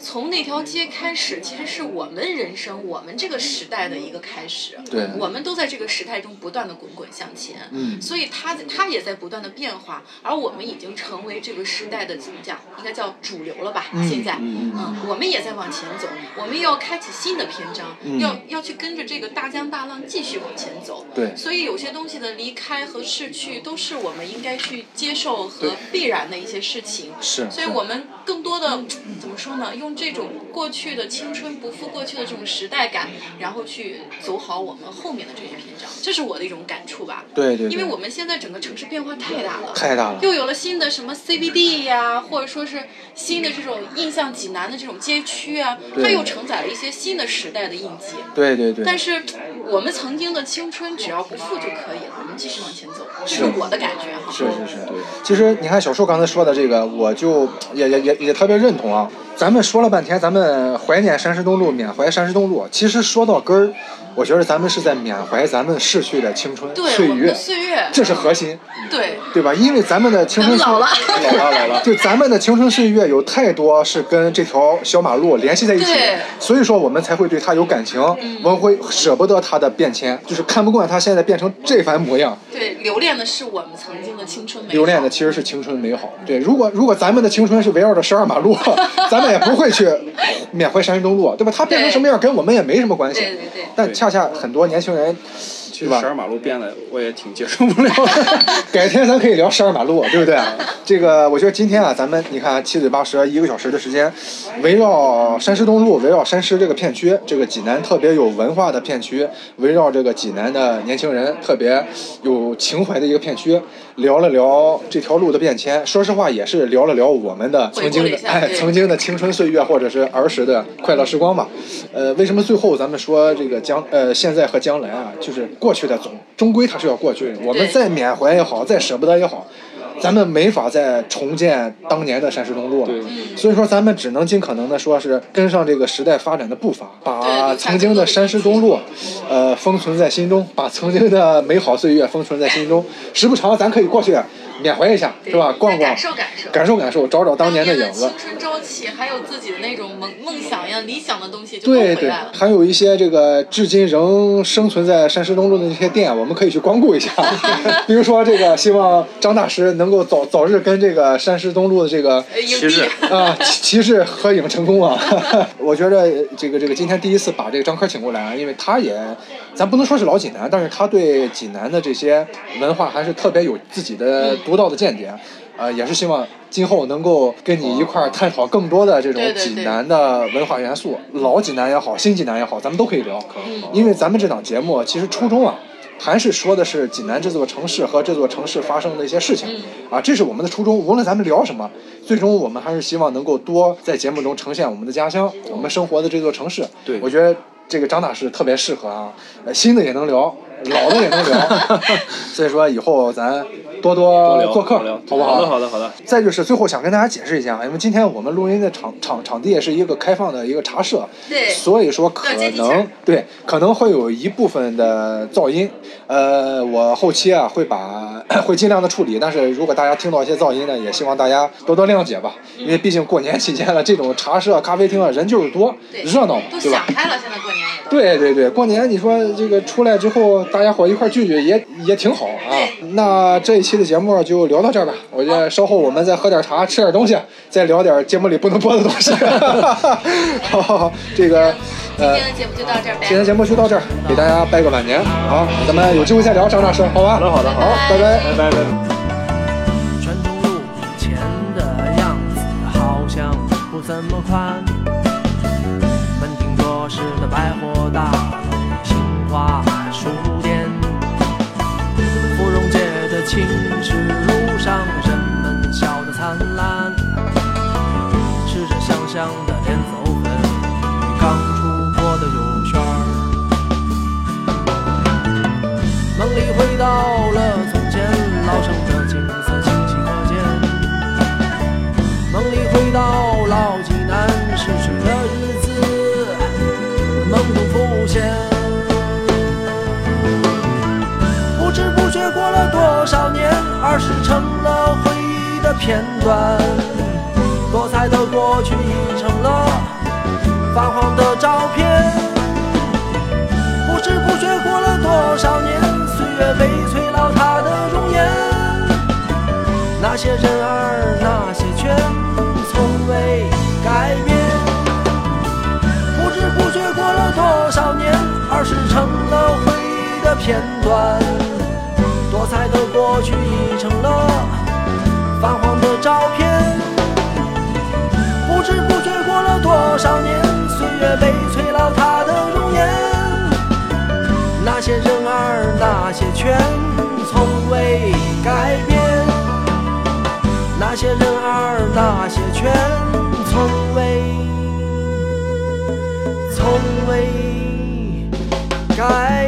Speaker 5: 从那条街开始，其实是我们人生、我们这个时代的一个开始，
Speaker 2: 对
Speaker 5: 我们都在这个时代中不断的滚滚向前，
Speaker 2: 嗯
Speaker 5: 所以它它也在不断的变化，而我们已经成为这个时代的怎么讲，应该叫主流了吧？现在，
Speaker 2: 嗯嗯
Speaker 5: 我们也在往前走，我们要开启新的篇章，
Speaker 2: 嗯
Speaker 5: 要要去跟着这个大江大浪继续往前走。
Speaker 2: 对
Speaker 5: 所以有些东西的离开和逝去，都是我们应该去接受和必然的一些事情。
Speaker 2: 是
Speaker 5: 所以
Speaker 2: 是
Speaker 5: 我们更多的嗯怎么说呢？用这种过去的青春不负过去的这种时代感，然后去走好我们后面的这些篇章，这是我的一种感触吧。
Speaker 2: 对对对
Speaker 5: 因为我们现在整个城市变化太大了，
Speaker 2: 太大了
Speaker 5: 又有了新的什么 CBD 呀、或者说是新的这种印象济南的这种街区啊，
Speaker 2: 对
Speaker 5: 它又承载了一些新的时代的印记。
Speaker 2: 对对对。
Speaker 5: 但是我们曾经的青春，只要不负就可以了，我们继续往前走，这是
Speaker 2: 是
Speaker 5: 我的感觉哈。
Speaker 2: 是是是，其实你看小树刚才说的这个，我就也也也也特别认同啊。咱们说了半天，咱们怀念山石东路，缅怀山石东路，其实说到根儿，我觉得咱们是在缅怀咱们逝去的青春
Speaker 5: 对
Speaker 2: 岁
Speaker 5: 我们
Speaker 2: 月
Speaker 5: 的，岁月，
Speaker 2: 这是核心，
Speaker 5: 对，
Speaker 2: 对吧？因为咱们的青春岁
Speaker 5: 咱们老了
Speaker 4: 老了老了
Speaker 2: 就咱们的青春岁月有太多是跟这条小马路联系在一起
Speaker 5: 对，嗯
Speaker 2: 所以说我们才会对它有感情，我们会舍不得它的变迁，就是看不惯它现在变成这番模样。
Speaker 5: 对，留恋的是我们曾经的青春美好。
Speaker 2: 留恋的其实是青春美好。对，如果如果咱们的青春是围绕着十二马路，咱们 也不会去缅怀山山东路，对吧？他变成什么样跟我们也没什么关系。
Speaker 5: 对对对。
Speaker 2: 但恰恰很多年轻人，
Speaker 4: 其
Speaker 2: 对
Speaker 4: 实
Speaker 2: 吧
Speaker 4: 十？二马路变得我也挺接受不了。
Speaker 2: 改天咱可以聊十二马路，对不对？这个我觉得今天啊，咱们你看七嘴八舌一个小时的时间，围绕山师东路，围绕山师这个片区，这个济南特别有文化的片区，围绕这个济南的年轻人特别有情怀的一个片区，聊了聊这条路的变迁。说实话，也是聊了聊我们的曾经
Speaker 3: 回顾了
Speaker 2: 的
Speaker 3: 一下
Speaker 2: 哎
Speaker 3: 对
Speaker 2: 曾经的青春岁月，或者是儿时的快乐时光吧。呃，为什么最后咱们说这个将呃现在和将来啊，就是过去的总终归它是要过去的，我们
Speaker 3: 对
Speaker 2: 再缅怀也好，再舍不得也好，咱们没法再重建当年的山石东路了
Speaker 4: 对。
Speaker 2: 所以说，咱们只能尽可能的说是跟上这个时代发展的步伐，把
Speaker 3: 对
Speaker 2: 曾经的山石东路，呃，封存在心中，把曾经的美好岁月封存在心中。时不常，咱可以过去缅怀一下，是吧？逛逛
Speaker 5: 再感，受感受。
Speaker 2: 感受感受，找找当年的影子
Speaker 3: 青。春朝气，还有自己的那种梦梦想一样理想的东西就都
Speaker 2: 对
Speaker 3: 回
Speaker 2: 对
Speaker 3: 来，了。
Speaker 2: 还有一些这个至今仍生存在山师东路的那些店，我们可以去光顾 一下。比如说这个，希望张大师能够早早日跟这个山师东路的这个
Speaker 3: 哎
Speaker 5: 呃影
Speaker 4: 其
Speaker 5: 帝
Speaker 4: 实
Speaker 2: 啊，骑骑士合影成功啊！ 我觉得这个这个今天第一次把这个张科请过来啊，因为他也，咱不能说是老济南，但是他对济南的这些文化还是特别有自己的独到的见解。呃，也是希望今后能够跟你一块儿探讨更多的这种
Speaker 3: 对对对
Speaker 2: 济南的文化元素，老济南也好，新济南也好，咱们都可以聊。因为咱们这档节目其实初衷啊，还是说的是济南这座城市和这座城市发生的一些事情、啊，这是我们的初衷。无论咱们聊什么，最终我们还是希望能够多在节目中呈现我们的家乡，我们生活的这座城市。
Speaker 4: 对
Speaker 2: 我觉得这个张大师特别适合啊，呃新的也能聊。老的也能聊， 所以说以后咱多
Speaker 4: 多
Speaker 2: 多
Speaker 4: 聊
Speaker 2: 做客，
Speaker 4: 多聊
Speaker 2: 好不好？
Speaker 4: 好的，好的，好的。
Speaker 2: 再就是最后想跟大家解释一下，啊因为今天我们录音的场场场地是一个开放的一个茶社，
Speaker 5: 对
Speaker 2: 所以说可
Speaker 5: 要接地气
Speaker 2: 能
Speaker 5: 儿
Speaker 2: 对可能会有一部分的噪音，呃，我后期啊会把 会尽量的处理，但是如果大家听到一些噪音呢，也希望大家多多谅解吧，因为毕竟过年期间了，这种茶社、咖啡厅啊人就是多，
Speaker 5: 对
Speaker 2: 热闹嘛，
Speaker 5: 都
Speaker 2: 对吧
Speaker 5: 想？开了，现在过年也都。
Speaker 2: 对对对，过年你说这个出来之后，大家伙一块聚聚也也挺好啊。那这一期的节目就聊到这儿吧，我觉得稍后我们再喝点茶，吃点东西，再聊点节目里不能播的东西。好好好，这个
Speaker 5: 今
Speaker 2: 呃，
Speaker 5: 天的节目就到这儿呗。
Speaker 2: 今天节目就到这儿，给大家拜个晚年好，咱们有机会再聊，张大师，好吧？
Speaker 4: 好的好的
Speaker 2: 好，拜拜。
Speaker 4: 拜拜拜拜。
Speaker 1: 山东路以前的样子好像不怎么宽。门庭若市的百货大楼、新华书店，芙蓉街的青石路上人们笑得灿烂，吃着香香的莲藕粉与刚出锅的油旋儿。梦里回到了从前，老城的景色清晰可见。梦里回到老济南逝去的日子，梦中浮现。不知不觉过了多少年，儿时成了回忆的片段，多彩的过去已成了泛黄的照片。不知不觉过了多少年，岁月被催老她的容颜。那些人儿，那些圈，从未改变。不知不觉过了多少年，儿时成了回忆的片段。多彩的过去已成了泛黄的照片。不知不觉过了多少年，岁月被催老她的容颜。那些人儿，那些圈，从未改变。那些人儿，那些圈，从未，从未改